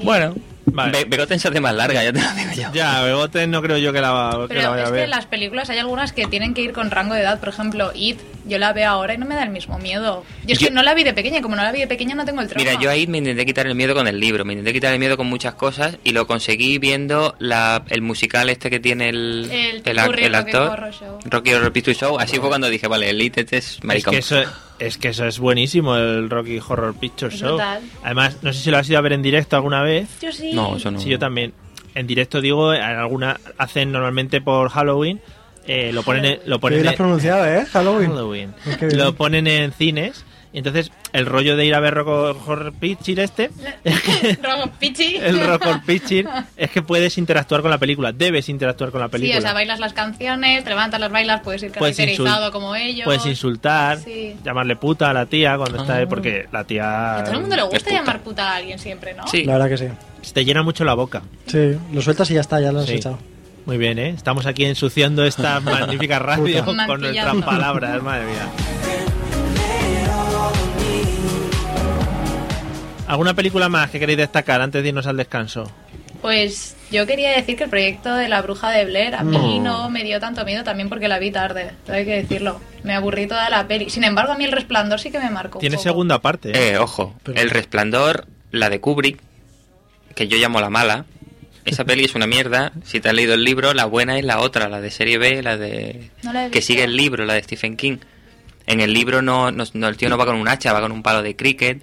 Bueno,
Vale.
Be- Begoten se hace más larga, ya te lo digo yo.
Ya, Bebote no creo yo que la, va- que la
Pero
vaya
es
a
que
ver.
las películas hay algunas que tienen que ir con rango de edad. Por ejemplo, It, yo la veo ahora y no me da el mismo miedo. Yo es
Yo-
que no la vi de pequeña, y como no la vi de pequeña no tengo el trauma.
Mira, yo ahí me intenté quitar el miedo con el libro, me intenté quitar el miedo con muchas cosas y lo conseguí viendo la, el musical este que tiene el,
El
ac-
Rocky Horror
actor.
Show.
Rocky Horror Picture Show. Así fue cuando dije, vale, el IT es
Es
maricón.
que, eso, es que eso es buenísimo, el Rocky Horror Picture
Es
Show.
brutal.
Además, no sé si lo has ido a ver en directo alguna vez.
Yo sí.
No, eso no.
Sí, yo también. En directo digo, en alguna hacen normalmente por Halloween, eh, lo ponen en- lo
Pero
ponen
lo has
en-
pronunciado, ¿eh? Halloween.
Halloween.
Qué bien.
Lo ponen en cines. y Entonces, el rollo de ir a ver Rocky Horror Picture este,
Robo pichi.
el Rocky Horror Picture, es que puedes interactuar con la película, debes interactuar con la película.
Sí, o sea, bailas las canciones, te levantas las bailas, puedes ir
Puedes
caracterizado
insult-
como ellos.
Puedes insultar,
Sí.
llamarle puta a la tía cuando
Ah.
está... Porque la
A
tía...
todo el mundo le
Es
gusta
puta.
llamar puta a alguien siempre, ¿no?
Sí.
La verdad que sí.
Se te llena mucho la boca.
Sí, lo sueltas y ya está, ya lo has
Sí.
echado.
Muy bien, ¿eh? Estamos aquí ensuciando esta magnífica radio con nuestras
Mancillando.
palabras, madre mía. ¿Alguna película más que queréis destacar antes de irnos al descanso?
Pues yo quería decir que el proyecto de la bruja de Blair a
Mm.
mí no me dio tanto miedo también porque la vi tarde, todo hay que decirlo. Me aburrí toda la peli. Sin embargo, a mí el resplandor sí que me marcó. un
Tiene
poco.
segunda parte. ¿eh?
Eh, ojo, El Resplandor, la de Kubrick, que yo llamo la mala. Esa peli es una mierda. Si te has leído el libro, la buena es la otra, la de serie B, la de
No la he
que
visto.
sigue el libro, la de Stephen King. En el libro no, no- no, el tío no va con un hacha, va con un palo de cricket.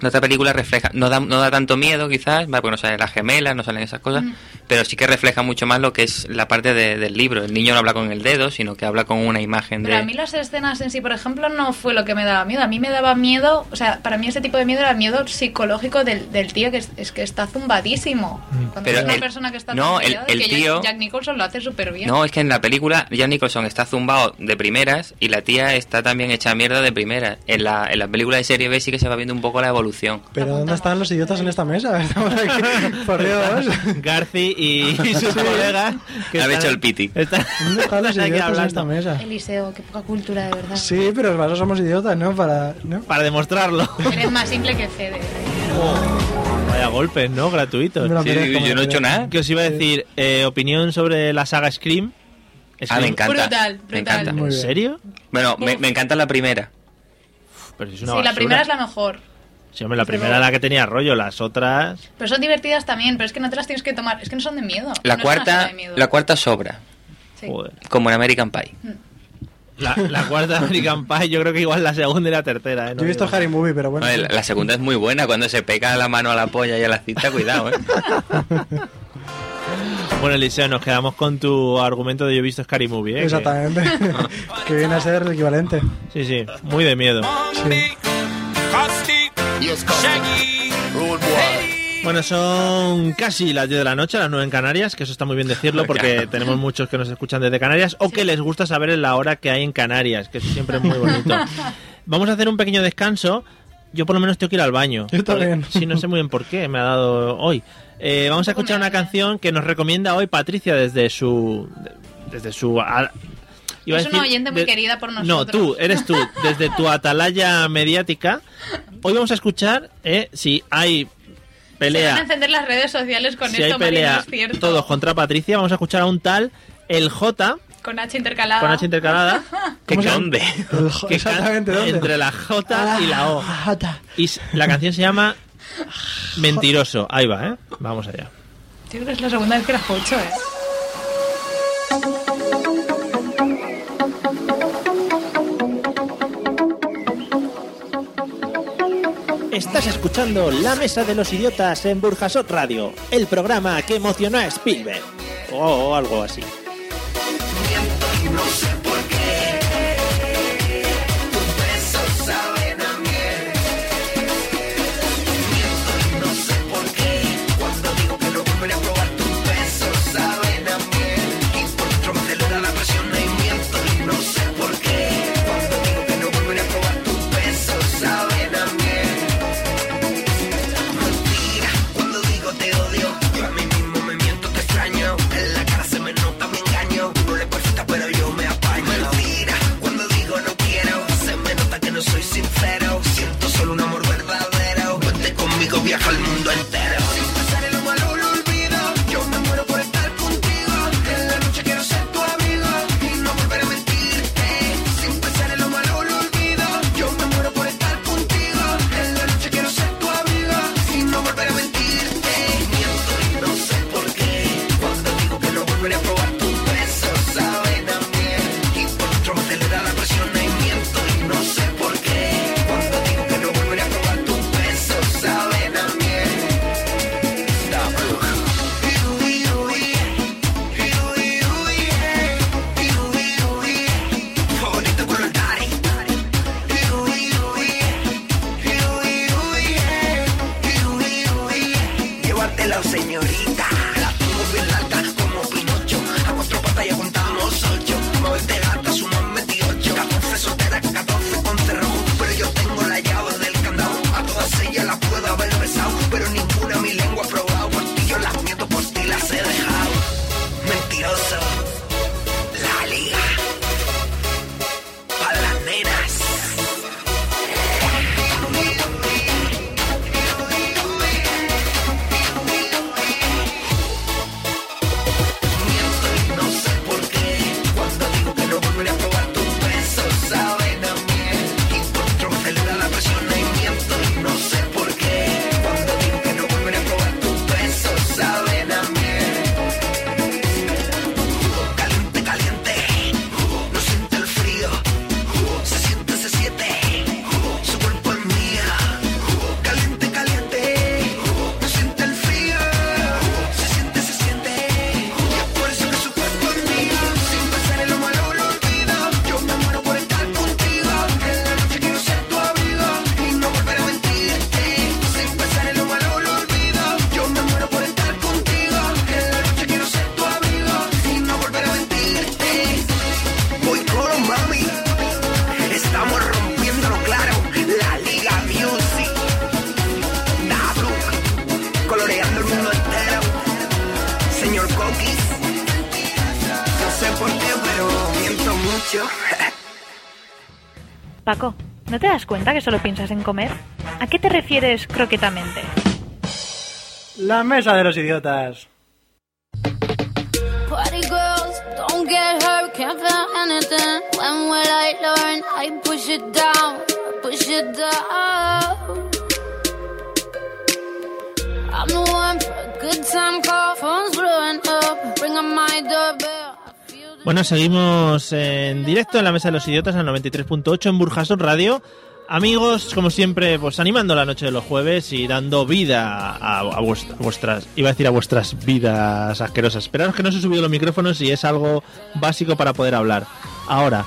La otra película refleja, no da, no da tanto miedo quizás, va, porque no salen las gemelas, no salen esas
Mm.
cosas, pero sí que refleja mucho más lo que es la parte de- del libro. El niño no habla con el dedo, sino que habla con una imagen
Pero
de...
a mí las escenas en sí, por ejemplo, no fue lo que me daba miedo. A mí me daba miedo, o sea, para mí ese tipo de miedo era el miedo psicológico del, del tío que es, es que está zumbadísimo. Cuando
Mm. Pero
es una
el-
persona que está
no,
tan
el-
mareada y
el
que Jack-
tío-
Jack Nicholson lo hace súper bien.
No, es que en la película Jack Nicholson está zumbado de primeras y la tía está también hecha mierda de primeras. En la, en la película de serie B sí que se va viendo un poco la evolución.
Pero ¿dónde
apuntamos.
están los idiotas en esta mesa? Estamos aquí, por Dios.
Garci y, y sus colegas. que
Han
están-
hecho el piti.
están-
¿Dónde están los
aquí
idiotas en esta
hablando
mesa?
Eliseo, qué poca cultura de verdad.
Sí, pero los vasos somos idiotas, ¿no? Para, ¿no?
Para demostrarlo.
Eres más simple que Fede.
Vaya golpes, ¿no? Gratuitos.
Me lo
Sí,
merezco,
yo
me lo
no he hecho
merezco.
nada.
Que os iba a decir, eh, opinión sobre la saga Scream.
Ah,
Scream-
me encanta.
Brutal,
Me
brutal.
encanta.
Muy
¿En
bien.
serio?
Bueno, me, me encanta la primera.
Pero si es
Sí,
una
la
basura.
primera es la mejor.
Sí, hombre, la
Desde
primera
luego.
era la que tenía rollo, las otras.
Pero son divertidas también, pero es que no te las tienes que tomar. Es que no son de miedo.
La
No es una saga
cuarta
de miedo. Mm.
la cuarta sobra,
Sí.
Joder.
como en American Pie.
La, la cuarta American Pie, yo creo que igual la segunda y la tercera. ¿eh? No
Yo he visto
digo-
Harry Movie, pero bueno.
Oye, La, la segunda es muy buena cuando se pega la mano a la polla y a la cita, cuidado, ¿eh?
Bueno, Eliseo, nos quedamos con tu argumento de yo he visto Scary Movie, ¿eh?
Exactamente. que viene a ser el equivalente.
Que- Sí, sí, muy de miedo.
Sí.
Bueno, son casi las 10 de la noche, las 9 en Canarias, que eso está muy bien decirlo porque tenemos muchos que nos escuchan desde Canarias o que les gusta saber en la hora que hay en Canarias, que eso siempre es muy bonito. Vamos a hacer un pequeño descanso. Yo por lo menos tengo que ir al baño.
Yo también.
Sí, no sé muy bien por qué me ha dado hoy. Eh, vamos a escuchar una canción que nos recomienda hoy Patricia desde su... Desde su a- iba a
Es una oyente muy querida por
No,
nosotros.
tú, eres tú, desde tu atalaya mediática. Hoy vamos a escuchar eh, si hay
Se van a
pelea
encender las redes sociales con
si hay
esto, Marina,
pelea
es cierto.
todos contra Patricia, vamos a escuchar a un tal El J
Con H intercalada.
con H intercalada.
¿Qué
can-
grande.
El jo-
que can-
exactamente, ¿dónde? Ah.
Entre la J y la O.
Jata.
Y s- la canción se llama Mentiroso. Ahí va, ¿eh? Vamos allá.
Tío, que es la segunda vez que la escucho, ¿eh?
Estás escuchando La Mesa de los Idiotas en Burjasot Radio, el programa que emocionó a Spielberg. O algo así.
Cuando digo te odio, yo a mí mismo me miento, te extraño. En la cara se me nota mi señorita. La tengo bien alta como Pinocho. A cuatro patas ya contamos ocho. Nueve de gata suman 28. 14 solteras, 14 con cerrojo. Pero yo tengo la llave del candado. A todas ellas las puedo haber besado. Pero ninguna mi lengua ha probado. Por ti yo las miento, por ti las he dejado. Mentiroso. La liga. Para las nenas. Miento y no sé por qué Cuando digo que no volveré a probar tus besos Saben a miel Y por me acelera la presión Y miento y no sé por qué Cuando digo que no volveré a probar tus besos Saben a miel Caliente, caliente No siente el frío Se siente, se siente Su cuerpo es mía Caliente, caliente No siente el frío Se siente, se siente Y es por eso que su cuerpo es mío Sin pensar en lo malo lo olvido Yo me muero por estar contigo En la noche quiero ser tu abrigo Y no volver a mentirte Sin pensar en lo malo lo olvido Yo me muero por estar contigo En la noche quiero ser tu abrigo Y no volver a mentirte Voy con mami Estamos rompiéndolo claro La Liga Music Nablu, coloreando el mundo entero. Señor Coquis, no sé por qué, pero miento mucho.
Paco, ¿no te das cuenta que solo piensas en comer? ¿A qué te refieres croquetamente?
La mesa de los idiotas.
Party girls, don't get hurt, can't feel anything. When will I learn? I push it down, push it down. I'm the one for a good time call, phone's blowing up, ring on my doorbell. I feel the
Bueno, seguimos en directo en la Mesa de los Idiotas al 93.8 en Burjasot Radio. Amigos, como siempre, pues animando la noche de los jueves y dando vida a, a vuest- a vuestras, iba a decir a vuestras vidas asquerosas. Esperaros que no se he subido los micrófonos y es algo básico para poder hablar. Ahora,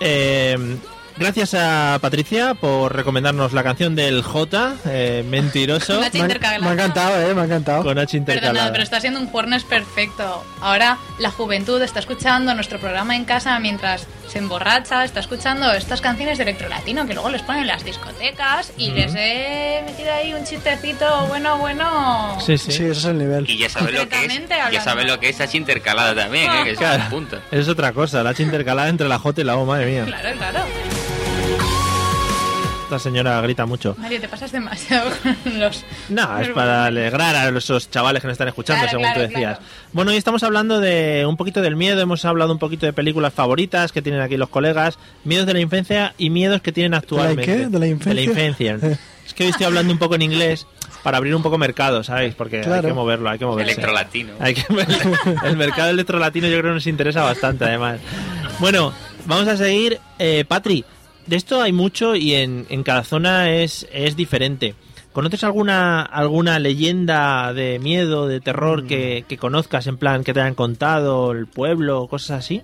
eh, gracias a Patricia por recomendarnos la canción del J, eh, Mentiroso,
Nachi
Me ha,
Intercalada.
me ha encantado, eh, me ha encantado.
con H
Perdonad,
intercalada.
pero está siendo un porno perfecto. Ahora la juventud está escuchando nuestro programa en casa mientras se emborracha, está escuchando estas canciones de electrolatino que luego les ponen en las discotecas y les he metido ahí un chistecito bueno, bueno.
Sí, sí.
Sí, ese es el nivel.
Y ya sabes lo que es.
Concretamente hablando.
Ya
Ah.
sabes lo que es así intercalada también, ¿eh? que es
Claro.
un punto.
Esa es otra cosa, la H intercalada entre la J y la O, madre mía.
Claro, claro.
Esta señora grita mucho.
Mario, te pasas demasiado con los...
No, es
los-
para alegrar a esos chavales que nos están escuchando,
Claro,
según
claro,
tú decías.
claro.
Bueno, hoy estamos hablando de un poquito del miedo, hemos hablado un poquito de películas favoritas que tienen aquí los colegas, miedos de la infancia y miedos que tienen actualmente.
qué? ¿De la infancia?
infancia. es que hoy estoy hablando un poco en inglés para abrir un poco mercado, ¿sabéis? Porque hay
Claro.
que moverlo, hay que moverse.
Electrolatino.
Hay que- el mercado electrolatino yo creo que nos interesa bastante, además. Bueno, vamos a seguir. Eh, Patri, de esto hay mucho y en, en cada zona es, es diferente. ¿Conoces alguna, alguna leyenda de miedo, de terror que, que conozcas, en plan que te hayan contado, el pueblo, cosas así?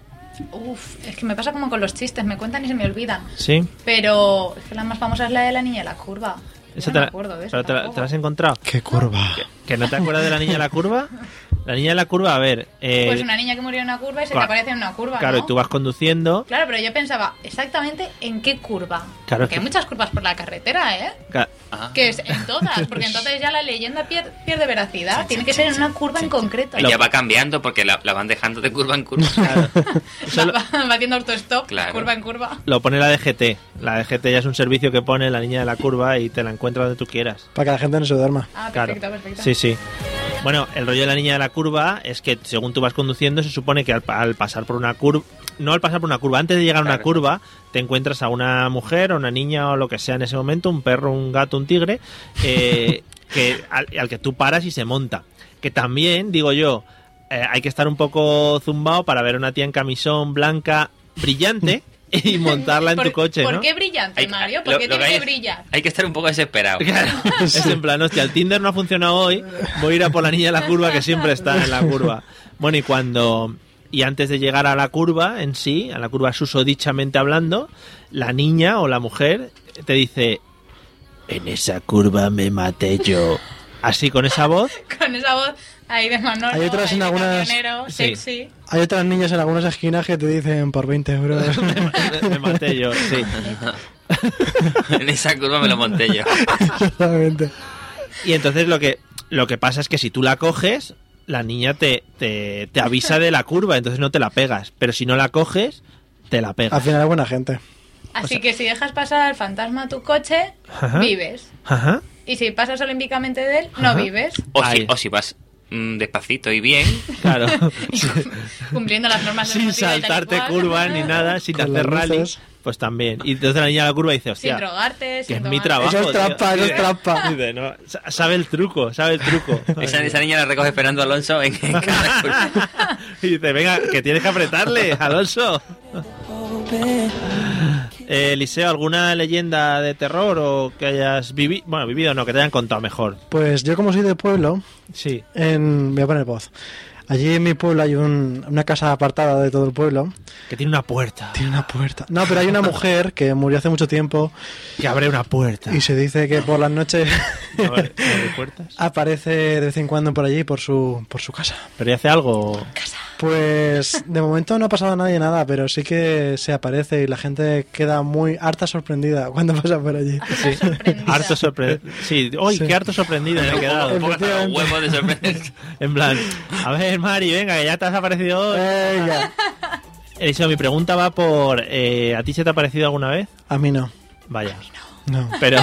Uf, es que me pasa como con los chistes, me cuentan y se me olvidan.
Sí.
Pero es que la más famosa es la de la niña de la curva. Yo
Esa te
no me
la-
acuerdo de eso
pero te, la-
tampoco.
te la has encontrado.
Qué curva.
¿Que no te acuerdas de la niña de la curva? La niña de la curva, a ver. eh,
Pues una niña que murió en una curva y se te
cua-
aparece en una curva,
Claro,
¿no?
y tú vas conduciendo.
Claro, pero yo pensaba exactamente en qué curva.
Claro,
porque
es que-
hay muchas curvas por la carretera, ¿eh?
ca-
Ah.
Que es en todas, porque entonces ya la leyenda pier- pierde veracidad. Tiene que ser en una curva en concreto.
Ella va cambiando porque la, la van dejando de curva en curva.
pues, solo-
Va, va haciendo autostop,
Claro.
curva en curva.
Lo pone la DGT. La DGT ya es un servicio que pone la niña de la curva y te la encuentra donde tú quieras.
Para que la gente no se duerma.
Ah,
Claro.
perfecto, perfecto.
Sí, sí. Bueno, el rollo de la niña de la curva es que según tú vas conduciendo, se supone que al, pa- al pasar por una curva. No al pasar por una curva, antes de llegar a una
Claro.
curva, te encuentras a una mujer o una niña o lo que sea en ese momento, un perro, un gato, un tigre, eh, que, al, al que tú paras y se monta. Que también, digo yo, eh, hay que estar un poco zumbado para ver a una tía en camisón blanca brillante y montarla en
¿Por,
tu coche.
¿Por
¿no?
qué brillante,
Hay-
Mario?
lo-
¿Por qué
lo
tiene
hay
que
es-
brillar?
Hay que estar un poco desesperado.
Claro, es en plan, hostia, el Tinder no ha funcionado hoy, voy a ir a por la niña de la curva que siempre está en la curva. Bueno, y cuando... Y antes de llegar a la curva en sí, a la curva susodichamente hablando, la niña o la mujer te dice, en esa curva me maté yo. así con esa voz.
Con esa voz ahí de Manolo.
Hay otras
ahí
en
de
algunas-
camionero,
Sí.
Sexy.
Hay otras niñas en algunas esquinas que te dicen por 20 euros.
Me me maté yo, sí.
en esa curva me lo monté yo.
Exactamente.
Y entonces lo que, lo que pasa es que si tú la coges, la niña te, te, te avisa de la curva, entonces no te la pegas. Pero si no la coges, te la
Al
pegas.
final es buena gente.
Así que si dejas pasar al fantasma a tu coche,
Ajá.
vives.
Ajá.
Y si pasas olímpicamente de él, no
Ajá.
vives.
O si,
Ahí.
o si vas mm, despacito y bien,
Claro.
Cumpliendo las normas del
sin
motivo y tal y
saltarte
cual.
curvas ni nada, sin
Con
hacer
las
rally.
luces.
Pues también. Y entonces la niña a la curva dice,
Sin
hostia,
drogarte,
que
sin
es mi
tomar-
trabajo.
Eso es
tío".
trampa, eso es trampa.
Dice, "No, sa- sabe el truco, sabe el truco.
esa, esa niña la recoge Fernando Alonso en, en cada curva.
Y dice, venga, que tienes que apretarle, Alonso. Eh, Eliseo, ¿alguna leyenda de terror o que hayas vivido? Bueno, vivido no, que te hayan contado mejor.
Pues yo como soy de pueblo,
Sí.
en... voy a poner voz. Allí en mi pueblo hay un- una casa apartada de todo el pueblo.
Que tiene una puerta.
Tiene una puerta. No, pero hay una mujer que murió hace mucho tiempo
Que abre una puerta.
y se dice que por las noches
Abre- abre puertas.
Ah. aparece de vez en cuando por allí, por su, por su casa.
Pero ya hace algo.
Pues de momento no ha pasado a nadie nada, pero sí que se aparece y la gente queda muy harta sorprendida cuando pasa por allí.
Una sorprendida.
Harto sorprendido. Sí, uy,
Sí.
qué harto sorprendido me he quedado.
Un poco hasta los huevos de sorpresa.
En plan, a ver, Mari, venga, que ya te has aparecido hoy.
Venga.
Eliseo, mi pregunta va por. eh, ¿A ti se te ha parecido alguna vez?
A mí no.
Vaya.
No.
Pero.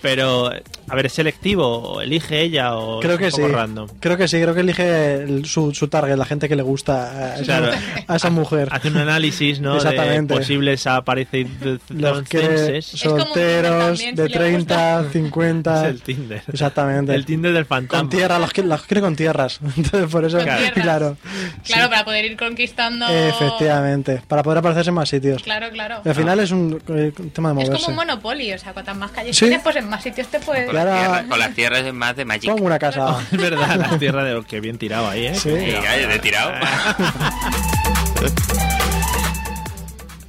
Pero, a ver, ¿es selectivo? ¿O ¿Elige ella o
Creo
es
que
un
sí.
poco random?
Creo que sí, creo que elige el- su, su target, la gente que le gusta a esa,
Claro.
a esa mujer.
Hace un análisis, ¿no?
Exactamente.
De posibles
Los que
aparecidos
como un Tinder
solteros
también,
de
si le
30,
Es
50.
el Tinder.
Exactamente.
El Tinder del fantasma.
con tierra, los, que- los quiere con tierras. Entonces, por eso,
Con tierras.
claro.
Claro, para poder ir conquistando.
Efectivamente. Para poder aparecerse en más sitios.
Claro, claro.
Y al final es un, eh, un tema de
Es
moverse.
como un monopolio, o sea, cuantas más calles tienes, pues en más sitios te puedes.
Con,
Claro.
las tierras- con las tierras es más de Magic.
Pongo una casa.
Es verdad, la tierra de los que bien tirado ahí, ¿eh?
Sí.
Eh, ay, de tirado.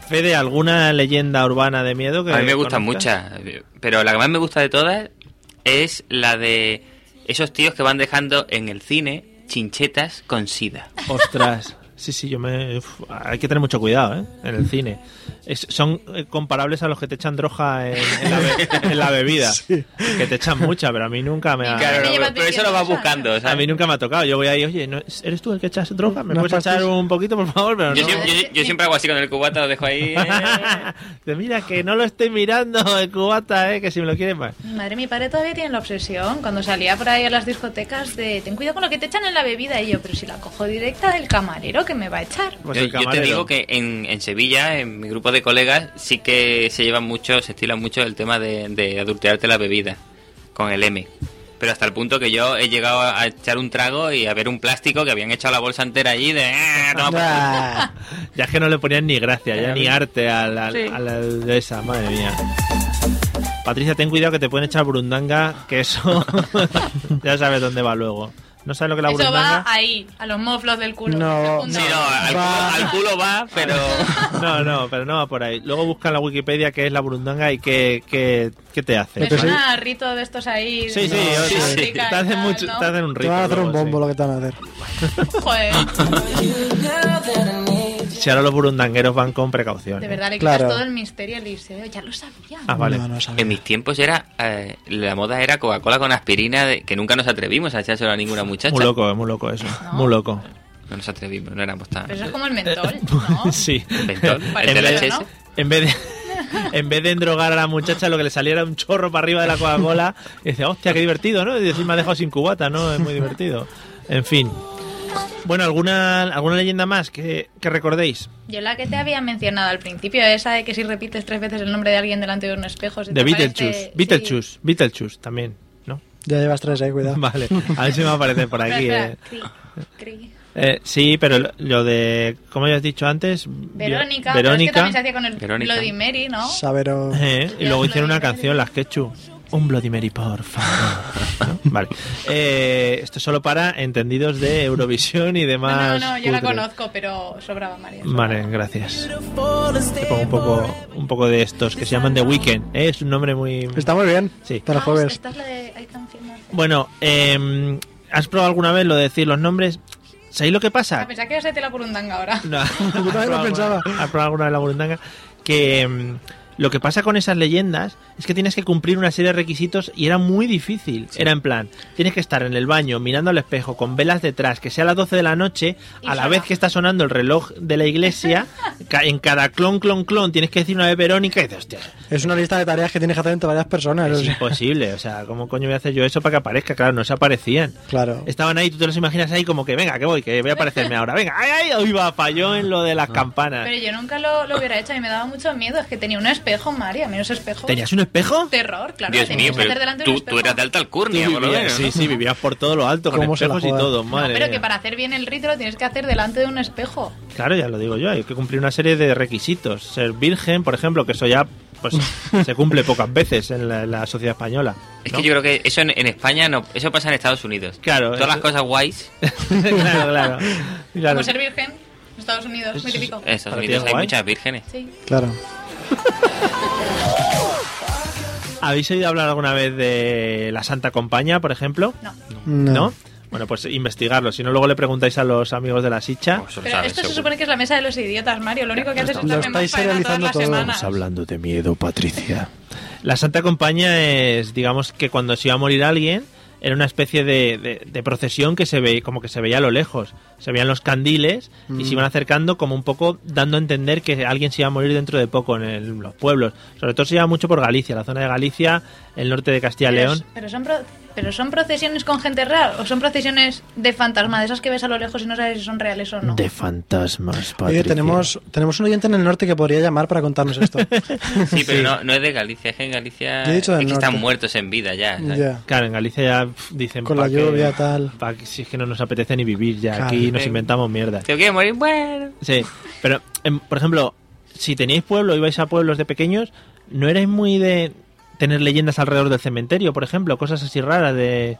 Fede, ¿alguna leyenda urbana de miedo que
A mí me gustan
conozcas?
muchas, pero la que más me gusta de todas es la de esos tíos que van dejando en el cine chinchetas con sida.
Ostras. Sí, sí, yo me. uf, hay que tener mucho cuidado, ¿eh? En el cine. Es- son eh, comparables a los que te echan droga en, en la, be- en la bebida. Que te echan mucha, pero a mí nunca me ha.
Claro,
Claro,
me
pero,
llevas
pero eso lo vas
diciendo,
buscando.
¿sabes?
o sea,
A mí nunca me ha tocado. Yo voy ahí, oye, ¿no- ¿eres tú el que echas droga? ¿Me
¿Unas
puedes echar
pastillas?
un poquito, por favor? Pero
yo,
no.
siempre, yo- yo siempre hago así con el cubata, lo dejo ahí. eh.
De mira, que no lo estoy mirando el cubata, eh, que si me lo quieres más.
Mi madre, mi padre todavía tiene la obsesión cuando salía por ahí a las discotecas de ten cuidado con lo que te echan en la bebida. Y yo, pero si la cojo directa del camarero, que me va a echar?
Pues
yo,
el
Eh, yo te
camarero.
digo que en, en Sevilla, en mi grupo de colegas, sí que se llevan mucho, se estila mucho el tema de, de adulterarte la bebida con el M. Pero hasta el punto que yo he llegado a a echar un trago y a ver un plástico que habían echado la bolsa entera allí de... "Ah, toma por culo".
Ah,
Ya es que no le ponían ni gracia, ya ni arte a la,
Sí.
a la de esa, madre mía. Patricia, ten cuidado que te pueden echar brundanga, que eso ya sabes dónde va luego. ¿No sabes lo que es la
Eso va
brundanga?
ahí, a los moflos del culo.
No.
Segundo.
pues, Sí, no, al,
Va.
culo, al culo va, pero...
No, no, pero no va por ahí. Luego busca en la Wikipedia qué es la brundanga y qué, qué, qué te hace.
Me suena a rito de estos ahí.
Sí, sí,
de
o sea,
música y
te
tal,
hacen mucho,
¿no?
te hacen un
te
rito.
van a hacer un
luego,
bombo
sí.
lo que te van a hacer.
Joder,
Si ahora los burundangueros van con precaución.
de
¿eh?
verdad, le quitas
Claro.
todo el misterio al liceo. Ya lo sabía.
Ah, vale.
No, no sabía.
En mis tiempos era... eh, la moda era Coca-Cola con aspirina, de- que nunca nos atrevimos a echárselo a ninguna muchacha.
Muy loco, eh, muy loco eso. Muy loco.
No nos atrevimos, no éramos tan...
Pero eso es como el
Eh,
mentol, ¿no?
Sí.
Mentol, el
En vez de-
del
¿no?
HS.
En vez de, en vez de endrogar a la muchacha, lo que le saliera era un chorro para arriba de la Coca-Cola. Y dice, hostia, qué divertido, ¿no? Y decir, me ha dejado sin cubata, ¿no? Es muy divertido. En fin. Bueno, ¿alguna, alguna leyenda más que, que recordéis?
Yo la que te había mencionado al principio, esa de que si repites tres veces el nombre de alguien delante de un espejo... se
De
te
Beetlejuice.
aparece-
Beetlejuice. Beetlejuice también, ¿no?
Ya llevas tres ahí, cuidado.
Vale. A ver si me aparece por
Sí.
aquí.
Espera,
eh.
espera, cri, cri.
Eh, sí, pero lo- lo de, como ya has dicho antes,
Verónica,
Bio-
pero es que
Verónica.
también se hacía con el
Verónica.
Bloody Mary, ¿no?
Sabero.
Eh, y luego
Bloody
hicieron una
Mary.
canción, las Quechu. Un Bloody Mary, por favor. ¿No? Vale. Eh, esto es solo para entendidos de Eurovisión y
No, no,
demás.
no, yo la
cutre.
conozco, pero sobraba María.
Vale, gracias. Te pongo un poco, un poco de estos que se llaman The Weeknd. ¿eh? Es un nombre muy.
Está muy bien.
Sí.
Para
Ah,
jueves.
Esta es la de I Can Feel My Face.
Bueno, eh, ¿has probado alguna vez lo de decir los nombres? ¿Sabéis lo que pasa?
Pensaba que ibas a hacer tela por un tanga ahora.
No, ¿Has
lo
probado alguna-
pensaba.
¿Has probado alguna vez la burundanga? Que mm, lo que pasa con esas leyendas es que tienes que cumplir una serie de requisitos y era muy difícil. Era en plan, tienes que estar en el baño mirando al espejo con velas detrás, que sea a las 12 de la noche,
Y
a la
suena.
vez que está sonando el reloj de la iglesia, ca- en cada clon, clon, clon, tienes que decir una vez Verónica y dices, hostia,
Es una lista de tareas que tienes que hacer entre varias personas. o
es
sea,
imposible. O sea, ¿cómo coño voy a hacer yo eso para que aparezca? Claro, no se aparecían.
claro.
Estaban ahí, tú te los imaginas ahí como que, venga, que voy, que voy a aparecerme ahora. Venga, ay, ay, hoy va, falló en lo de
Ah.
las campanas.
Pero yo nunca lo, lo hubiera hecho, a mí me daba mucho miedo. Es que tenía un espejo, María, a mí los espejos.
¿Tenías un espejo?
Terror, claro.
Dios
tenías
mío,
que hacer
pero
delante de un
tú, tú
espejo.
eras de alta alcurnia, por lo
vivías-
menos.
sí, sí, vivías por todo lo alto, con
¿Cómo se la
espejos y
juegan?
todo,
No,
madre
pero que
mía.
para hacer bien el ritro lo tienes que hacer delante de un espejo.
Claro, ya lo digo yo, hay que cumplir una serie de requisitos. Ser virgen, por ejemplo, que eso ya pues se cumple pocas veces en la, en la sociedad española.
Es
¿no?
que yo creo que eso en, en España no, eso pasa en Estados Unidos.
Claro,
Todas
eso-
las cosas guays,
claro, claro. claro.
Como ser virgen, en Estados Unidos, muy típico.
en Estados
Para ti
Unidos
es
hay
guay.
muchas vírgenes.
Sí.
Claro.
¿Habéis oído hablar alguna vez de la Santa Compañía, por ejemplo?
No.
No.
Bueno, pues investigarlo, si no luego le preguntáis a los amigos de la Sicha.
Pues eso lo
Pero
sabes,
esto se
seguro.
supone que es la mesa de los idiotas, Mario. Lo único que haces es
Lo
darme más
estáis
faena todas
serializando
las
todo.
semanas.
Pues hablando de miedo, Patricia. La Santa Compañía es, digamos, que cuando se iba a morir alguien, era una especie de, de- de procesión que se ve, como que se veía a lo lejos. Se veían los candiles y
Mm.
se iban acercando como un poco dando a entender que alguien se iba a morir dentro de poco en el- los pueblos. Sobre todo se iba mucho por Galicia, la zona de Galicia, el norte de Castilla y
Pero,
León.
pero son pro- pero son procesiones con gente real o son procesiones de fantasma, de esas que ves a lo lejos y no sabes si son reales o no.
De fantasmas,
Oye, tenemos, tenemos un oyente en el norte que podría llamar para contarnos esto.
Sí, pero no, no es de Galicia, es que en Galicia
Yo he dicho
es
del
que están
norte.
muertos en vida ya. ¿sabes?
ya.
Claro, en Galicia ya pf, dicen
Con la
pa' que-
lluvia, tal.
pa' que- si es que no nos apetece ni vivir ya,
Claro.
aquí nos
Eh,
inventamos mierda.
¿Te quieres morir? Bueno.
Sí, pero em, por ejemplo, si teníais pueblo, ibais a pueblos de pequeños, ¿no erais muy de tener leyendas alrededor del cementerio, por ejemplo? Cosas así raras de...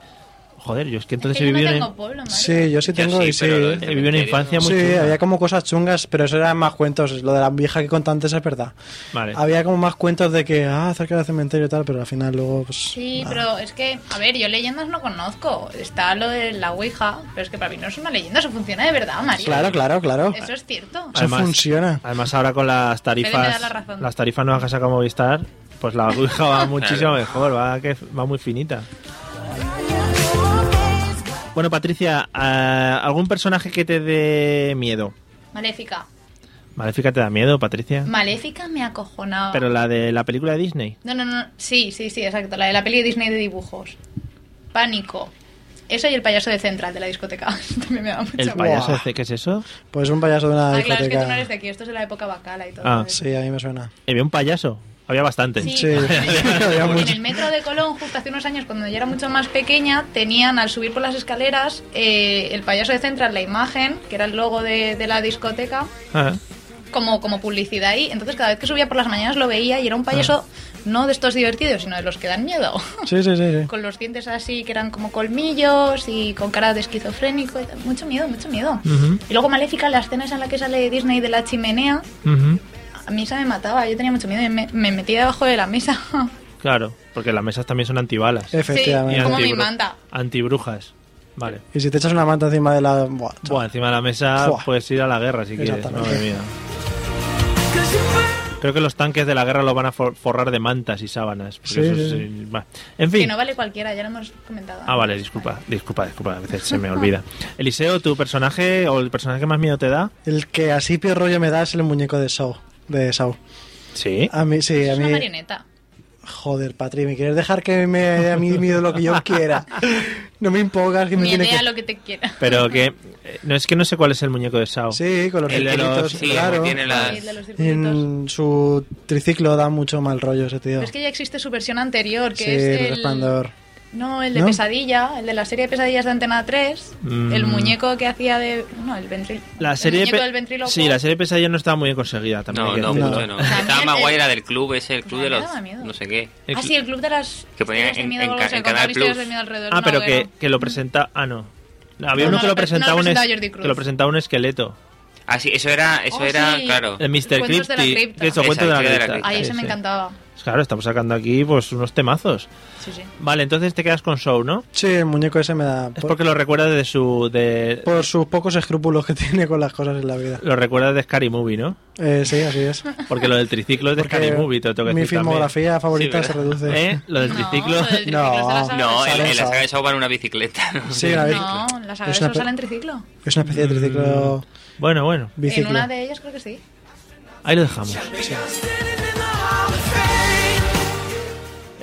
Joder, yo es que entonces
Es que
he
yo no
vivido en-
tengo pueblo, Mario.
Sí, yo
Yo
sí tengo
sí,
y sí.
pero lo del
he vivido una
cementerio,
infancia muy
Sí,
chunga.
había como cosas chungas, pero eso eran más cuentos. Lo de la vieja que conté antes es verdad.
Vale.
Había como más cuentos de que, ah, cerca del cementerio y tal, pero al final luego, pues.
Sí,
nada.
pero es que, a ver, yo leyendas no conozco. Está lo de la Ouija, pero es que para mí no es una leyenda, eso funciona de verdad, María.
Claro, claro, claro.
Eso es cierto.
Eso funciona.
Además ahora con las
Fede me
tarifas,
da la razón.
las tarifas nuevas que ha sacado Movistar, pues la Ouija va muchísimo
Claro.
mejor, va, que va muy finita. Bueno, Patricia, ah, ¿algún personaje que te dé miedo?
Maléfica.
Maléfica te da miedo, Patricia.
Maléfica me acojonaba.
Pero la de la película de Disney.
No, no, no. Sí, sí, sí, exacto. La de la peli de Disney de dibujos. Pánico. Eso y el payaso de Central, de la discoteca. También me da mucho
El
miedo.
payaso,
Buah.
hace- ¿qué es eso?
Pues un payaso de una
Ah, claro, es que tú no
discoteca.
eres de aquí. Esto es de la época bacala y todo.
Ah,
eso.
Sí, a mí me suena.
Había un payaso. Había bastante.
Sí.
Sí. Había
En
mucho.
el metro de Colón, justo hace unos años, cuando yo era mucho más pequeña, tenían al subir por las escaleras eh, el payaso de Central, la imagen, que era el logo de, de la discoteca,
Ah,
como, como publicidad ahí. Entonces cada vez que subía por las mañanas lo veía y era un payaso no de estos divertidos, sino de los que dan miedo.
Sí, sí, sí. sí.
con los dientes así que eran como colmillos y con cara de esquizofrénico. y tal. Mucho miedo, mucho miedo.
Ujú.
Y luego Maléfica, la escena esa en la que sale Disney de la chimenea,
ujú.
a mí esa me mataba, yo tenía mucho miedo y me, me metí debajo de la mesa.
Claro, porque las mesas también son antibalas.
Efectivamente.
como mi
antibru-
manta.
Antibrujas. Vale.
Y si te echas una manta encima de la. Buah, chao.
Bueno, encima de la mesa
Buah.
puedes ir a la guerra si quieres.
Exactamente.
Madre mía. Creo que los tanques de la guerra los van a for- forrar de mantas y sábanas. porque
Sí,
eso
sí,
es,
sí.
eh, va. En
Que
fin.
no vale cualquiera, ya lo hemos comentado.
Ah, vale, disculpa, disculpa, disculpa. A veces se me olvida. Eliseo, ¿tu personaje o el personaje que más miedo te da?
El que así peor rollo me da es el muñeco de Saw. De Saw.
Sí.
A mí, sí, a
Pues Es una
mí.
marioneta.
Joder, Patri, me quieres dejar que me dé a mí miedo lo que yo quiera. No me impongas que me
Mi
tiene
idea
que.
lo que te quiera.
Pero que. eh, No es que no sé cuál es el muñeco de Sao.
Sí, con los
El de los-
circulitos,
sí,
claro.
tiene las-
Sí, de los circulitos.
Em,
En su triciclo da mucho mal rollo ese tío.
Pero es que ya existe su versión anterior, que
sí,
es
el
el...
resplandor.
No, el de
¿No?
Pesadilla, el de la serie de Pesadillas de Antena 3,
Mm.
el muñeco que hacía de... No, el ventrilo.
La serie
el muñeco
pe-
del ventrilo.
Sí, la serie pesadilla no estaba muy bien conseguida también.
No,
hay que
no,
decirlo.
mucho no.
O sea, a mí
Estaba
el-
más guay, era del club ese, el
Pues
club
a
de
mí me
los.
daba miedo.
No sé qué.
El
Ah,
cl-
sí, el club de las...
Que ponían
historias de
en-
miedo,
en
luego
ca-
se
en
contaban
Canal
historias
Plus.
de miedo alrededor
Ah,
de
pero
una
que,
hoguera.
que lo presenta. Ah, no. Había
eh. No,
uno
no
que
lo
lo
pre-
presentaba
no lo
un es-
presentaba Jordi Cruz.
que lo presentaba un esqueleto.
Ah, sí, eso era, eso
Oh,
era,
sí.
claro.
El Mr.
Ah.
Cuentos de la
Crypti-
cripta.
Eso, cuento de la
Exacto,
cripta.
Ay,
Sí,
ese me
sí. Pues
encantaba.
Claro, estamos sacando aquí pues unos temazos.
Sí, sí.
Vale, entonces te quedas con Show, ¿no?
Sí, el muñeco ese me da.
Es
Por,
porque lo recuerdas de su. De,
por sus pocos escrúpulos que tiene con las cosas en la vida.
lo recuerdas de Scary Movie, ¿no?
Eh, sí, así es.
Porque lo del triciclo es de
Porque
Scary Movie, te lo tengo que
mi
decir también.
filmografía favorita
Sí,
se
¿verdad?
reduce.
¿Eh? Lo del
No,
triciclo.
lo del triciclo es la saga
No,
de
en,
Sale
en la
esa.
saga de Saw van una bicicleta. ¿no?
Sí, una vez-
No, en la saga de
Es una
Saw
pe-
sale en triciclo.
Es una
Mm.
especie de triciclo.
Bueno, bueno,
Biciclo.
En una de ellas creo que sí.
ahí lo dejamos.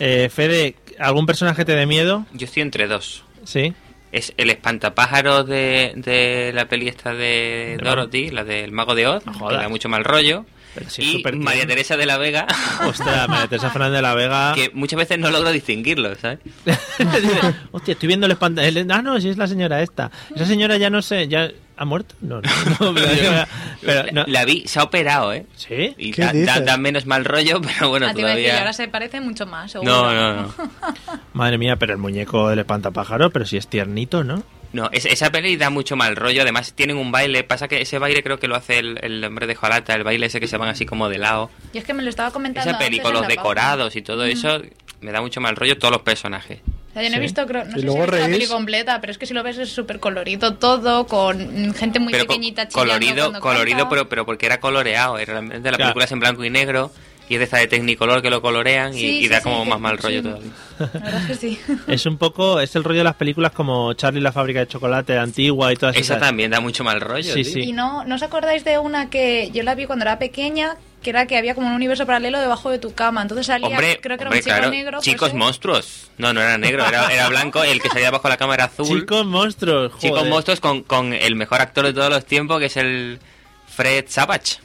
Eh, Fede, ¿algún personaje te dé miedo?
Yo estoy entre dos.
Sí.
Es el espantapájaros de, de la peli esta de Dorothy, la del Mago de Oz, que
jodas.
da mucho mal rollo.
Pero sí es
y
súper tierno.
María Teresa de la Vega,
Ostras, María Teresa Fernández de la Vega.
que muchas veces no logro distinguirlo, ¿sabes?
Dice, Hostia, estoy viendo el espanto. el- Ah, no, sí es la señora esta. Esa señora ya no sé, ya ha muerto. No, no, no, pero, pero
La-
no.
La vi, se ha operado, ¿eh?
¿Sí?
Y
¿Qué
da, da-
dices?
da menos mal rollo, pero bueno,
Ah, te iba a decir, y
todavía...
ahora se parece mucho más. seguro.
No, no, no.
Madre mía, pero el muñeco del espantapájaro, pero si es tiernito, ¿no?
No, es- esa peli da mucho mal rollo. Además, tienen un baile. Pasa que ese baile creo que lo hace el, el hombre de Jalata, el baile ese que se van así como de lado.
Y es que me lo estaba comentando.
Esa peli
antes
con
en
los
la
decorados y todo eso me da mucho mal rollo todos los personajes.
pauta. O sea, yo no he
Sí.
visto, creo, no
Y
sé si he
luego
visto la peli
reís.
completa, pero es que si lo ves es súper colorido todo, con mm, gente muy
pero co-
pequeñita chillando
colorido,
cuando
colorido,
canta.
pero, pero porque era coloreado. Era realmente la
Claro.
película es en blanco y negro y es de esta de Technicolor que lo colorean y,
Sí,
y
sí,
da
sí,
como
que-
más mal rollo
sí.
todavía.
Ah,
La verdad es que sí.
Es un poco, es el rollo de las películas como Charlie y la fábrica de chocolate antigua y todas
Esa
esas.
también da mucho mal rollo.
Sí,
tío.
sí.
Y no, ¿no os acordáis de una que yo la vi cuando era pequeña? Que era que había como un universo paralelo debajo de tu cama. Entonces salía,
Hombre,
creo que era
hombre,
un chico
claro,
negro. pues
chicos
José.
monstruos. No, no era negro, era, era blanco. El que salía bajo la cámara azul.
Chicos monstruos, joder.
Chicos monstruos con, con el mejor actor de todos los tiempos, que es el Fred Savage.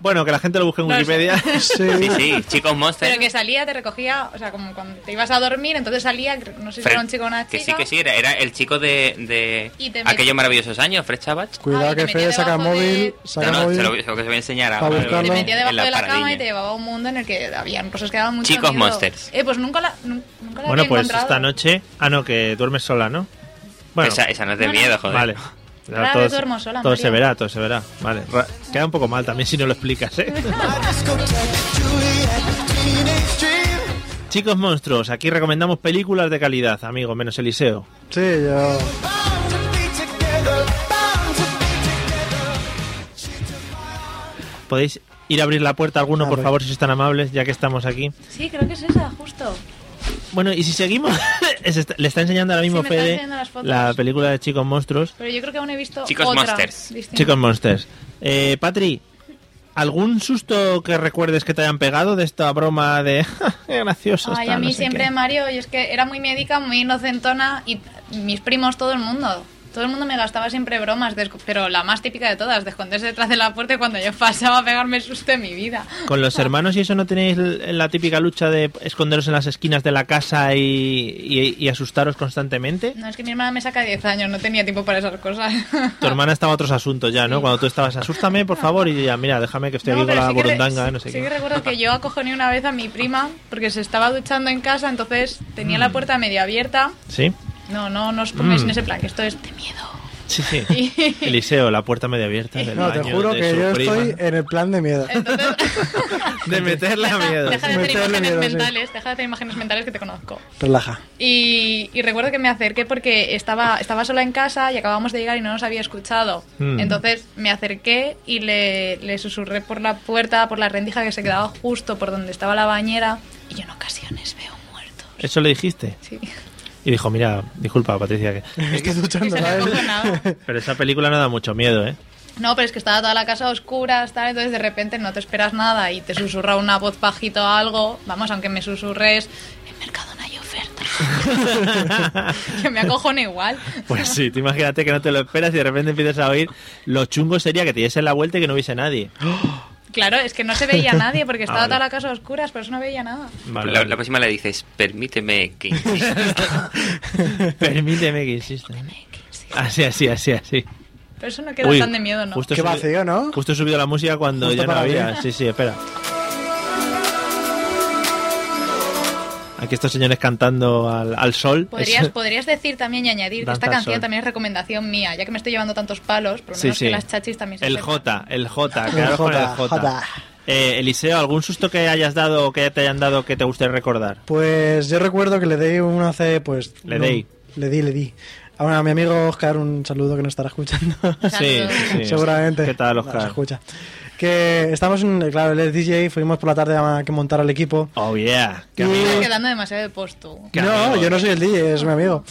Bueno, que la gente lo busque en
No,
Wikipedia.
Sí.
Sí, sí, Chicos monstruos.
Pero que salía, te recogía, o sea, como cuando te ibas a dormir, entonces salía, no sé si
Fred-
era un chico o una
que
chica.
sí, que sí, era, era el chico de, de
Y te
aquellos
met-
maravillosos años, Fred Savage.
Cuidado
Ah,
que
te metía
Fede saca el
debajo
móvil,
de-
saca
no,
el
no,
móvil.
se lo, se lo que se voy a enseñar
Para
ahora,
buscarlo.
Te
¿no?
metía debajo
en la
de la cama
paradilla.
y te llevaba a un mundo en el que habían cosas que daban mucho
Chicos
miedo.
monsters.
Eh, pues nunca la, nun- nunca la
bueno,
había
pues
encontrado.
esta noche. Ah, no, que duermes sola, ¿no? Bueno,
Esa, esa no es de
No, no.
miedo, joder.
vale.
Ahora
todo
duermo sola,
todo
María.
se verá, todo se verá. Vale, Ra- queda un poco mal también si no lo explicas, ¿eh? Chicos monstruos, aquí recomendamos películas de calidad, amigo, menos Eliseo.
Sí, yo.
¿Podéis ir a abrir la puerta a alguno,
Ah,
por
voy.
favor, si sois tan amables, ya que estamos aquí?
Sí, creo que es esa, justo.
Bueno, y si seguimos, se está- le está enseñando ahora mismo
me está
Fede
enseñando las fotos.
la película de Chicos Monstruos.
Pero yo creo que aún he visto
Chicos
otra.
monsters.
distinta.
Chicos Monsters. Eh, Patri, ¿algún susto que recuerdes que te hayan pegado de esta broma de qué gracioso?
Ay,
está,
a mí
no sé
siempre
qué?
Mario, y es que era muy médica, muy inocentona, y mis primos, todo el mundo. Todo el mundo me gastaba siempre bromas, de esco- pero la más típica de todas, de esconderse detrás de la puerta y cuando yo pasaba a pegarme el susto en mi vida.
Con los hermanos y eso no tenéis l- la típica lucha de esconderos en las esquinas de la casa y, y- y asustaros constantemente.
No, es que mi hermana me saca 10 años, no tenía tiempo para esas cosas.
Tu hermana estaba a otros asuntos ya, ¿no? Cuando tú estabas, asústame, por favor, y ya, mira, déjame que estoy
No,
aquí con
pero
la
sí que le-
borondanga, no sé
sí
qué.
que recuerdo que yo acojoné una vez a mi prima porque se estaba duchando en casa, entonces tenía la puerta medio abierta.
¿Sí?
No, no, no os pongáis
Mm.
en ese plan, que esto es de miedo.
Sí, sí. Eliseo, la puerta media abierta del
No, te
baño
juro
de
que
su
yo
prima.
estoy en el plan de miedo.
Entonces,
De meterla a miedo.
deja de
Me
hacer
está dando
imágenes
miedo, sí.
mentales, deja de hacer imágenes mentales que te conozco.
Relaja.
Y, y recuerdo que me acerqué porque estaba, estaba sola en casa y acabábamos de llegar y no nos había escuchado.
Mm.
Entonces me acerqué y le, le susurré por la puerta, por la rendija que se quedaba justo por donde estaba la bañera. Y yo en ocasiones veo muertos.
Eso le dijiste.
Sí.
Y dijo, mira, disculpa, Patricia, que...
Me estoy
Y
duchando,
se me
¿sabes?
acojonaba.
pero esa película no da mucho miedo, ¿eh?
No, pero es que estaba toda la casa a oscuras, tal, entonces de repente no te esperas nada y te susurra una voz bajito o algo. Vamos, aunque me susurres, en Mercadona hay oferta. que me acojone igual.
Pues sí, tú imagínate que no te lo esperas y de repente empiezas a oír. Lo chungo sería que te diese la vuelta y que no hubiese nadie.
Claro, es que no se veía nadie porque estaba
vale.
toda la casa a oscuras, pero eso no veía nada.
Vale,
la,
vale.
la próxima le dices, permíteme que insista".
Permíteme que insista. Así, así, así, así.
Pero eso no queda
Uy,
tan de miedo, ¿no?
Justo
Qué
he subido-
vacío, ¿no?
Justo he subido la música cuando
Justo
ya no
para
había.
abrir.
Sí, sí, espera. Aquí estos señores cantando al, al sol.
Podrías,
Es-
podrías decir también y añadir que
Danza
esta
al
canción
sol.
también es recomendación mía, ya que me estoy llevando tantos palos, por lo
Sí,
menos
sí.
que las chachis también se
El
sepan.
J, el J,
El
quedaros con el
J,
J.
J.
Eh, Eliseo, ¿algún susto que hayas dado o que te hayan dado que te guste recordar?
Pues yo recuerdo que le di un hace, pues...
Le
un-
dei.
Le di, le di. A, una- a mi amigo Oscar, un saludo que nos estará escuchando.
Sí,
sí.
Seguramente.
¿Qué tal,
No,
Oscar?
se escucha. Que estamos en... Claro, él es DJ, fuimos por la tarde a que montar el equipo.
Oh, yeah. Qué
Y-
amigo.
Estás quedando demasiado de posto.
Qué
no,
amigo.
yo no soy el DJ, es mi amigo.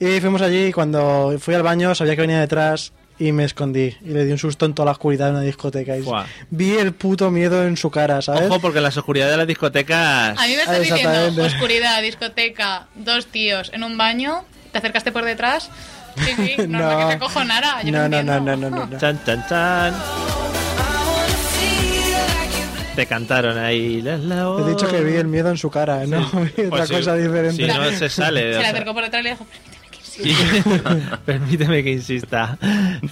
Y fuimos allí y cuando fui al baño sabía que venía detrás y me escondí. Y le di un susto en toda la oscuridad de una discoteca. Y
Buah.
vi el puto miedo en su cara, ¿sabes?
Ojo, porque la seguridad de las discotecas.
A mí me estás
Exactamente.
diciendo oscuridad, discoteca, dos tíos en un baño, te acercaste por detrás. Sí, sí, normal que te cojonara. Yo
no,
no,
no, no,
entiendo.
no, no, no, no.
Chan, chan, chan. Te cantaron ahí. la, la, oh.
He dicho que vi
Ah.
el miedo en su cara, no vi
Pues
otra
sí,
cosa diferente.
Si no, se sale.
Se
o
le
sea.
acercó por detrás y le dijo, permíteme que sí.
Sí. Permíteme que insista.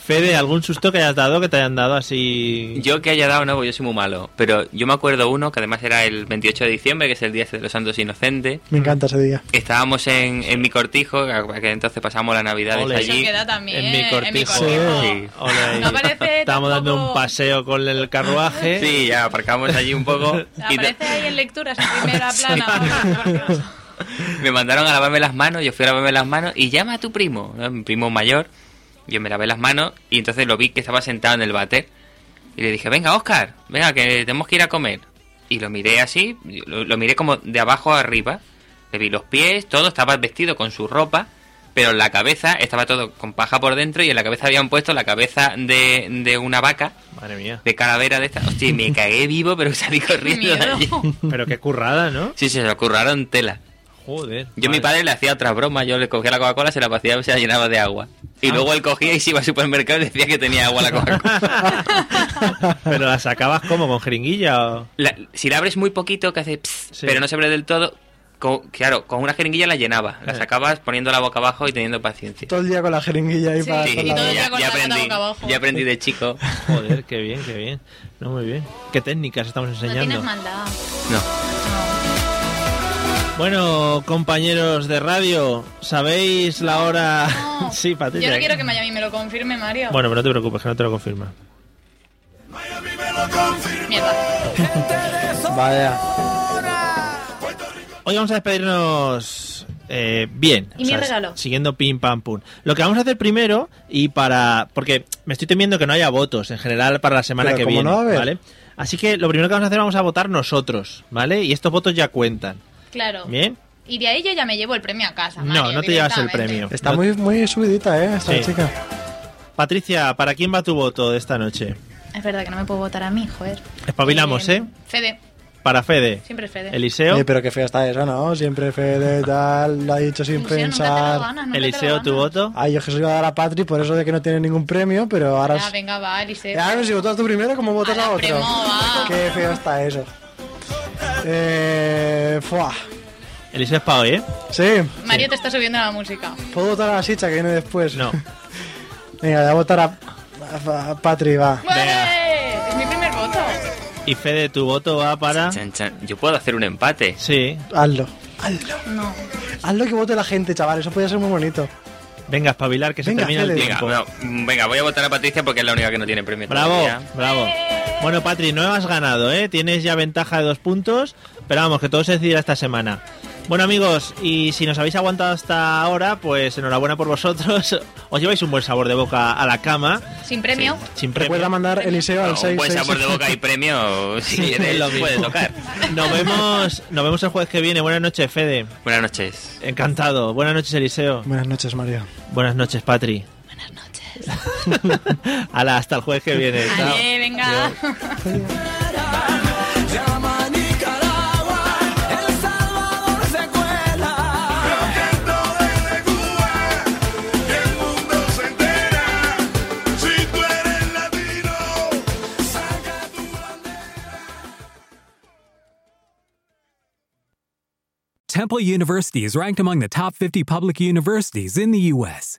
Fede, ¿algún susto que hayas dado que te hayan dado así?
Yo que haya dado no, porque yo soy muy malo. Pero yo me acuerdo uno que además era el 28 de diciembre, que es el Día de los Santos Inocentes.
Me encanta ese día.
Estábamos en, en mi cortijo, que que entonces pasamos la Navidad
Ole.
Eso
allí.
queda también.
en mi cortijo.
cortijo.
Sí. Ole ahí.
No parece
Estábamos dando
tampoco-
un paseo con el carruaje.
Sí, ya aparcamos allí un poco. y
Aparece ahí en lecturas en primera plana.
me mandaron a lavarme las manos, yo fui a lavarme las manos y llama a tu primo, ¿no? mi primo mayor. Yo me lavé las manos y entonces lo vi que estaba sentado en el váter. Y le dije, venga, Oscar, venga, que tenemos que ir a comer. Y lo miré así, lo, lo miré como de abajo a arriba. Le vi los pies, todo, estaba vestido con su ropa, pero en la cabeza estaba todo con paja por dentro y en la cabeza habían puesto la cabeza de, de una vaca,
Madre mía.
de calavera de esta. Hostia, y me cagué vivo, pero salí corriendo de allí.
Miedo.
Pero qué currada, ¿no?
Sí, se lo curraron tela.
Joder.
Yo a mi
madre.
padre le hacía otras bromas, yo le cogía la Coca-Cola, se la vaciaba y se la llenaba de agua. Y luego él cogía y se iba al supermercado y decía que tenía agua la Coca-Cola.
Pero la sacabas como con jeringuilla o.
La- si la abres muy poquito, que hace pss,
Sí.
pero no se abre del todo, co- claro, con una jeringuilla la llenaba. La
Sí.
sacabas poniendo la boca abajo y teniendo paciencia.
Todo el día con la jeringuilla ahí
Sí,
para...
y
para
todo
la-
el día
ya,
con
ya
la lata
aprendí,
boca abajo.
ya aprendí de chico.
Joder, qué bien, qué bien. No, muy bien. ¿Qué técnicas estamos
No
enseñando?
tienes maldad.
No.
Bueno, compañeros de radio, ¿sabéis la hora?
No.
sí, Patricia.
Yo no quiero que Miami me lo confirme, Mario.
Bueno, pero no te preocupes, que no te lo confirma.
Mierda.
Vaya.
Hoy vamos a despedirnos eh, bien.
¿Y mi regalo?
Siguiendo pim pam pum. Lo que vamos a hacer primero, y para. Porque me estoy temiendo que no haya votos en general para la semana
Pero
que
como
viene.
no va a haber.
¿Vale? Así que lo primero que vamos a hacer, vamos a votar nosotros, ¿vale? Y estos votos ya cuentan.
Claro.
¿Bien?
Y de ahí yo ya me llevo el premio a casa.
no,
Mario,
no te llevas el
directamente.
premio.
Está
No-
muy, muy subidita, ¿eh? Esta
Sí.
chica.
Patricia, ¿para quién va tu voto de esta noche?
Es verdad que no me puedo votar a mí, joder.
Espabilamos, ¿eh?
Fede,
Para Fede.
siempre Fede.
Eliseo.
Oye, Eh, pero qué fea está eso, ¿no? Siempre Fede, tal, lo ha dicho sin
Eliseo, nunca te lo
pensar.
ganas, nunca te lo
Eliseo, tu
ganas.
voto.
Ay, yo que se lo iba a dar a Patri por eso de que no tiene ningún premio, pero ahora...
Ya,
es-
venga, va, Eliseo.
Claro, si votas tú primero, ¿cómo votas
A la
a otro?
premova.
Qué feo está eso. Eh. Fuah.
Eliseo es para hoy, ¿eh?
Sí,
Mario te está subiendo la música.
puedo votar a la Sicha que viene después.
No.
Venga, voy a votar a, a- a Patri, va.
¡Ué! Es mi primer voto.
Y Fede, tu voto va para.
Chan, chan. Yo puedo hacer un empate.
Sí.
Hazlo.
No.
Hazlo que vote la gente, chaval. Eso podría ser muy bonito.
Venga, espabilar, que se
Venga,
termina el
Fede.
Venga,
tiempo.
no, mm, venga, voy a votar a Patricia porque es la única que no tiene premio.
Bravo,
todavía.
bravo.
Eh.
Bueno, Patri, no has ganado, ¿eh? Tienes ya ventaja de dos puntos, pero vamos, que todo se decidirá esta semana. Bueno, amigos, y si nos habéis aguantado hasta ahora, pues enhorabuena por vosotros. Os lleváis un buen sabor de boca a la cama,
Sin premio.
sin
Recuerda
premio.
mandar Eliseo al
No, un buen
666.
sabor de boca y premio, si quieres,
lo mismo.
puede tocar.
Nos vemos, nos vemos el jueves que viene. Buenas noches, Fede.
Buenas noches.
Encantado. Buenas noches, Eliseo.
Buenas noches, Mario.
Buenas noches, Patri.
Buenas noches.
Ala, hasta el jueves que viene. Chao.
Ale, venga.
Temple University is ranked among the top 50 public universities in the U.S.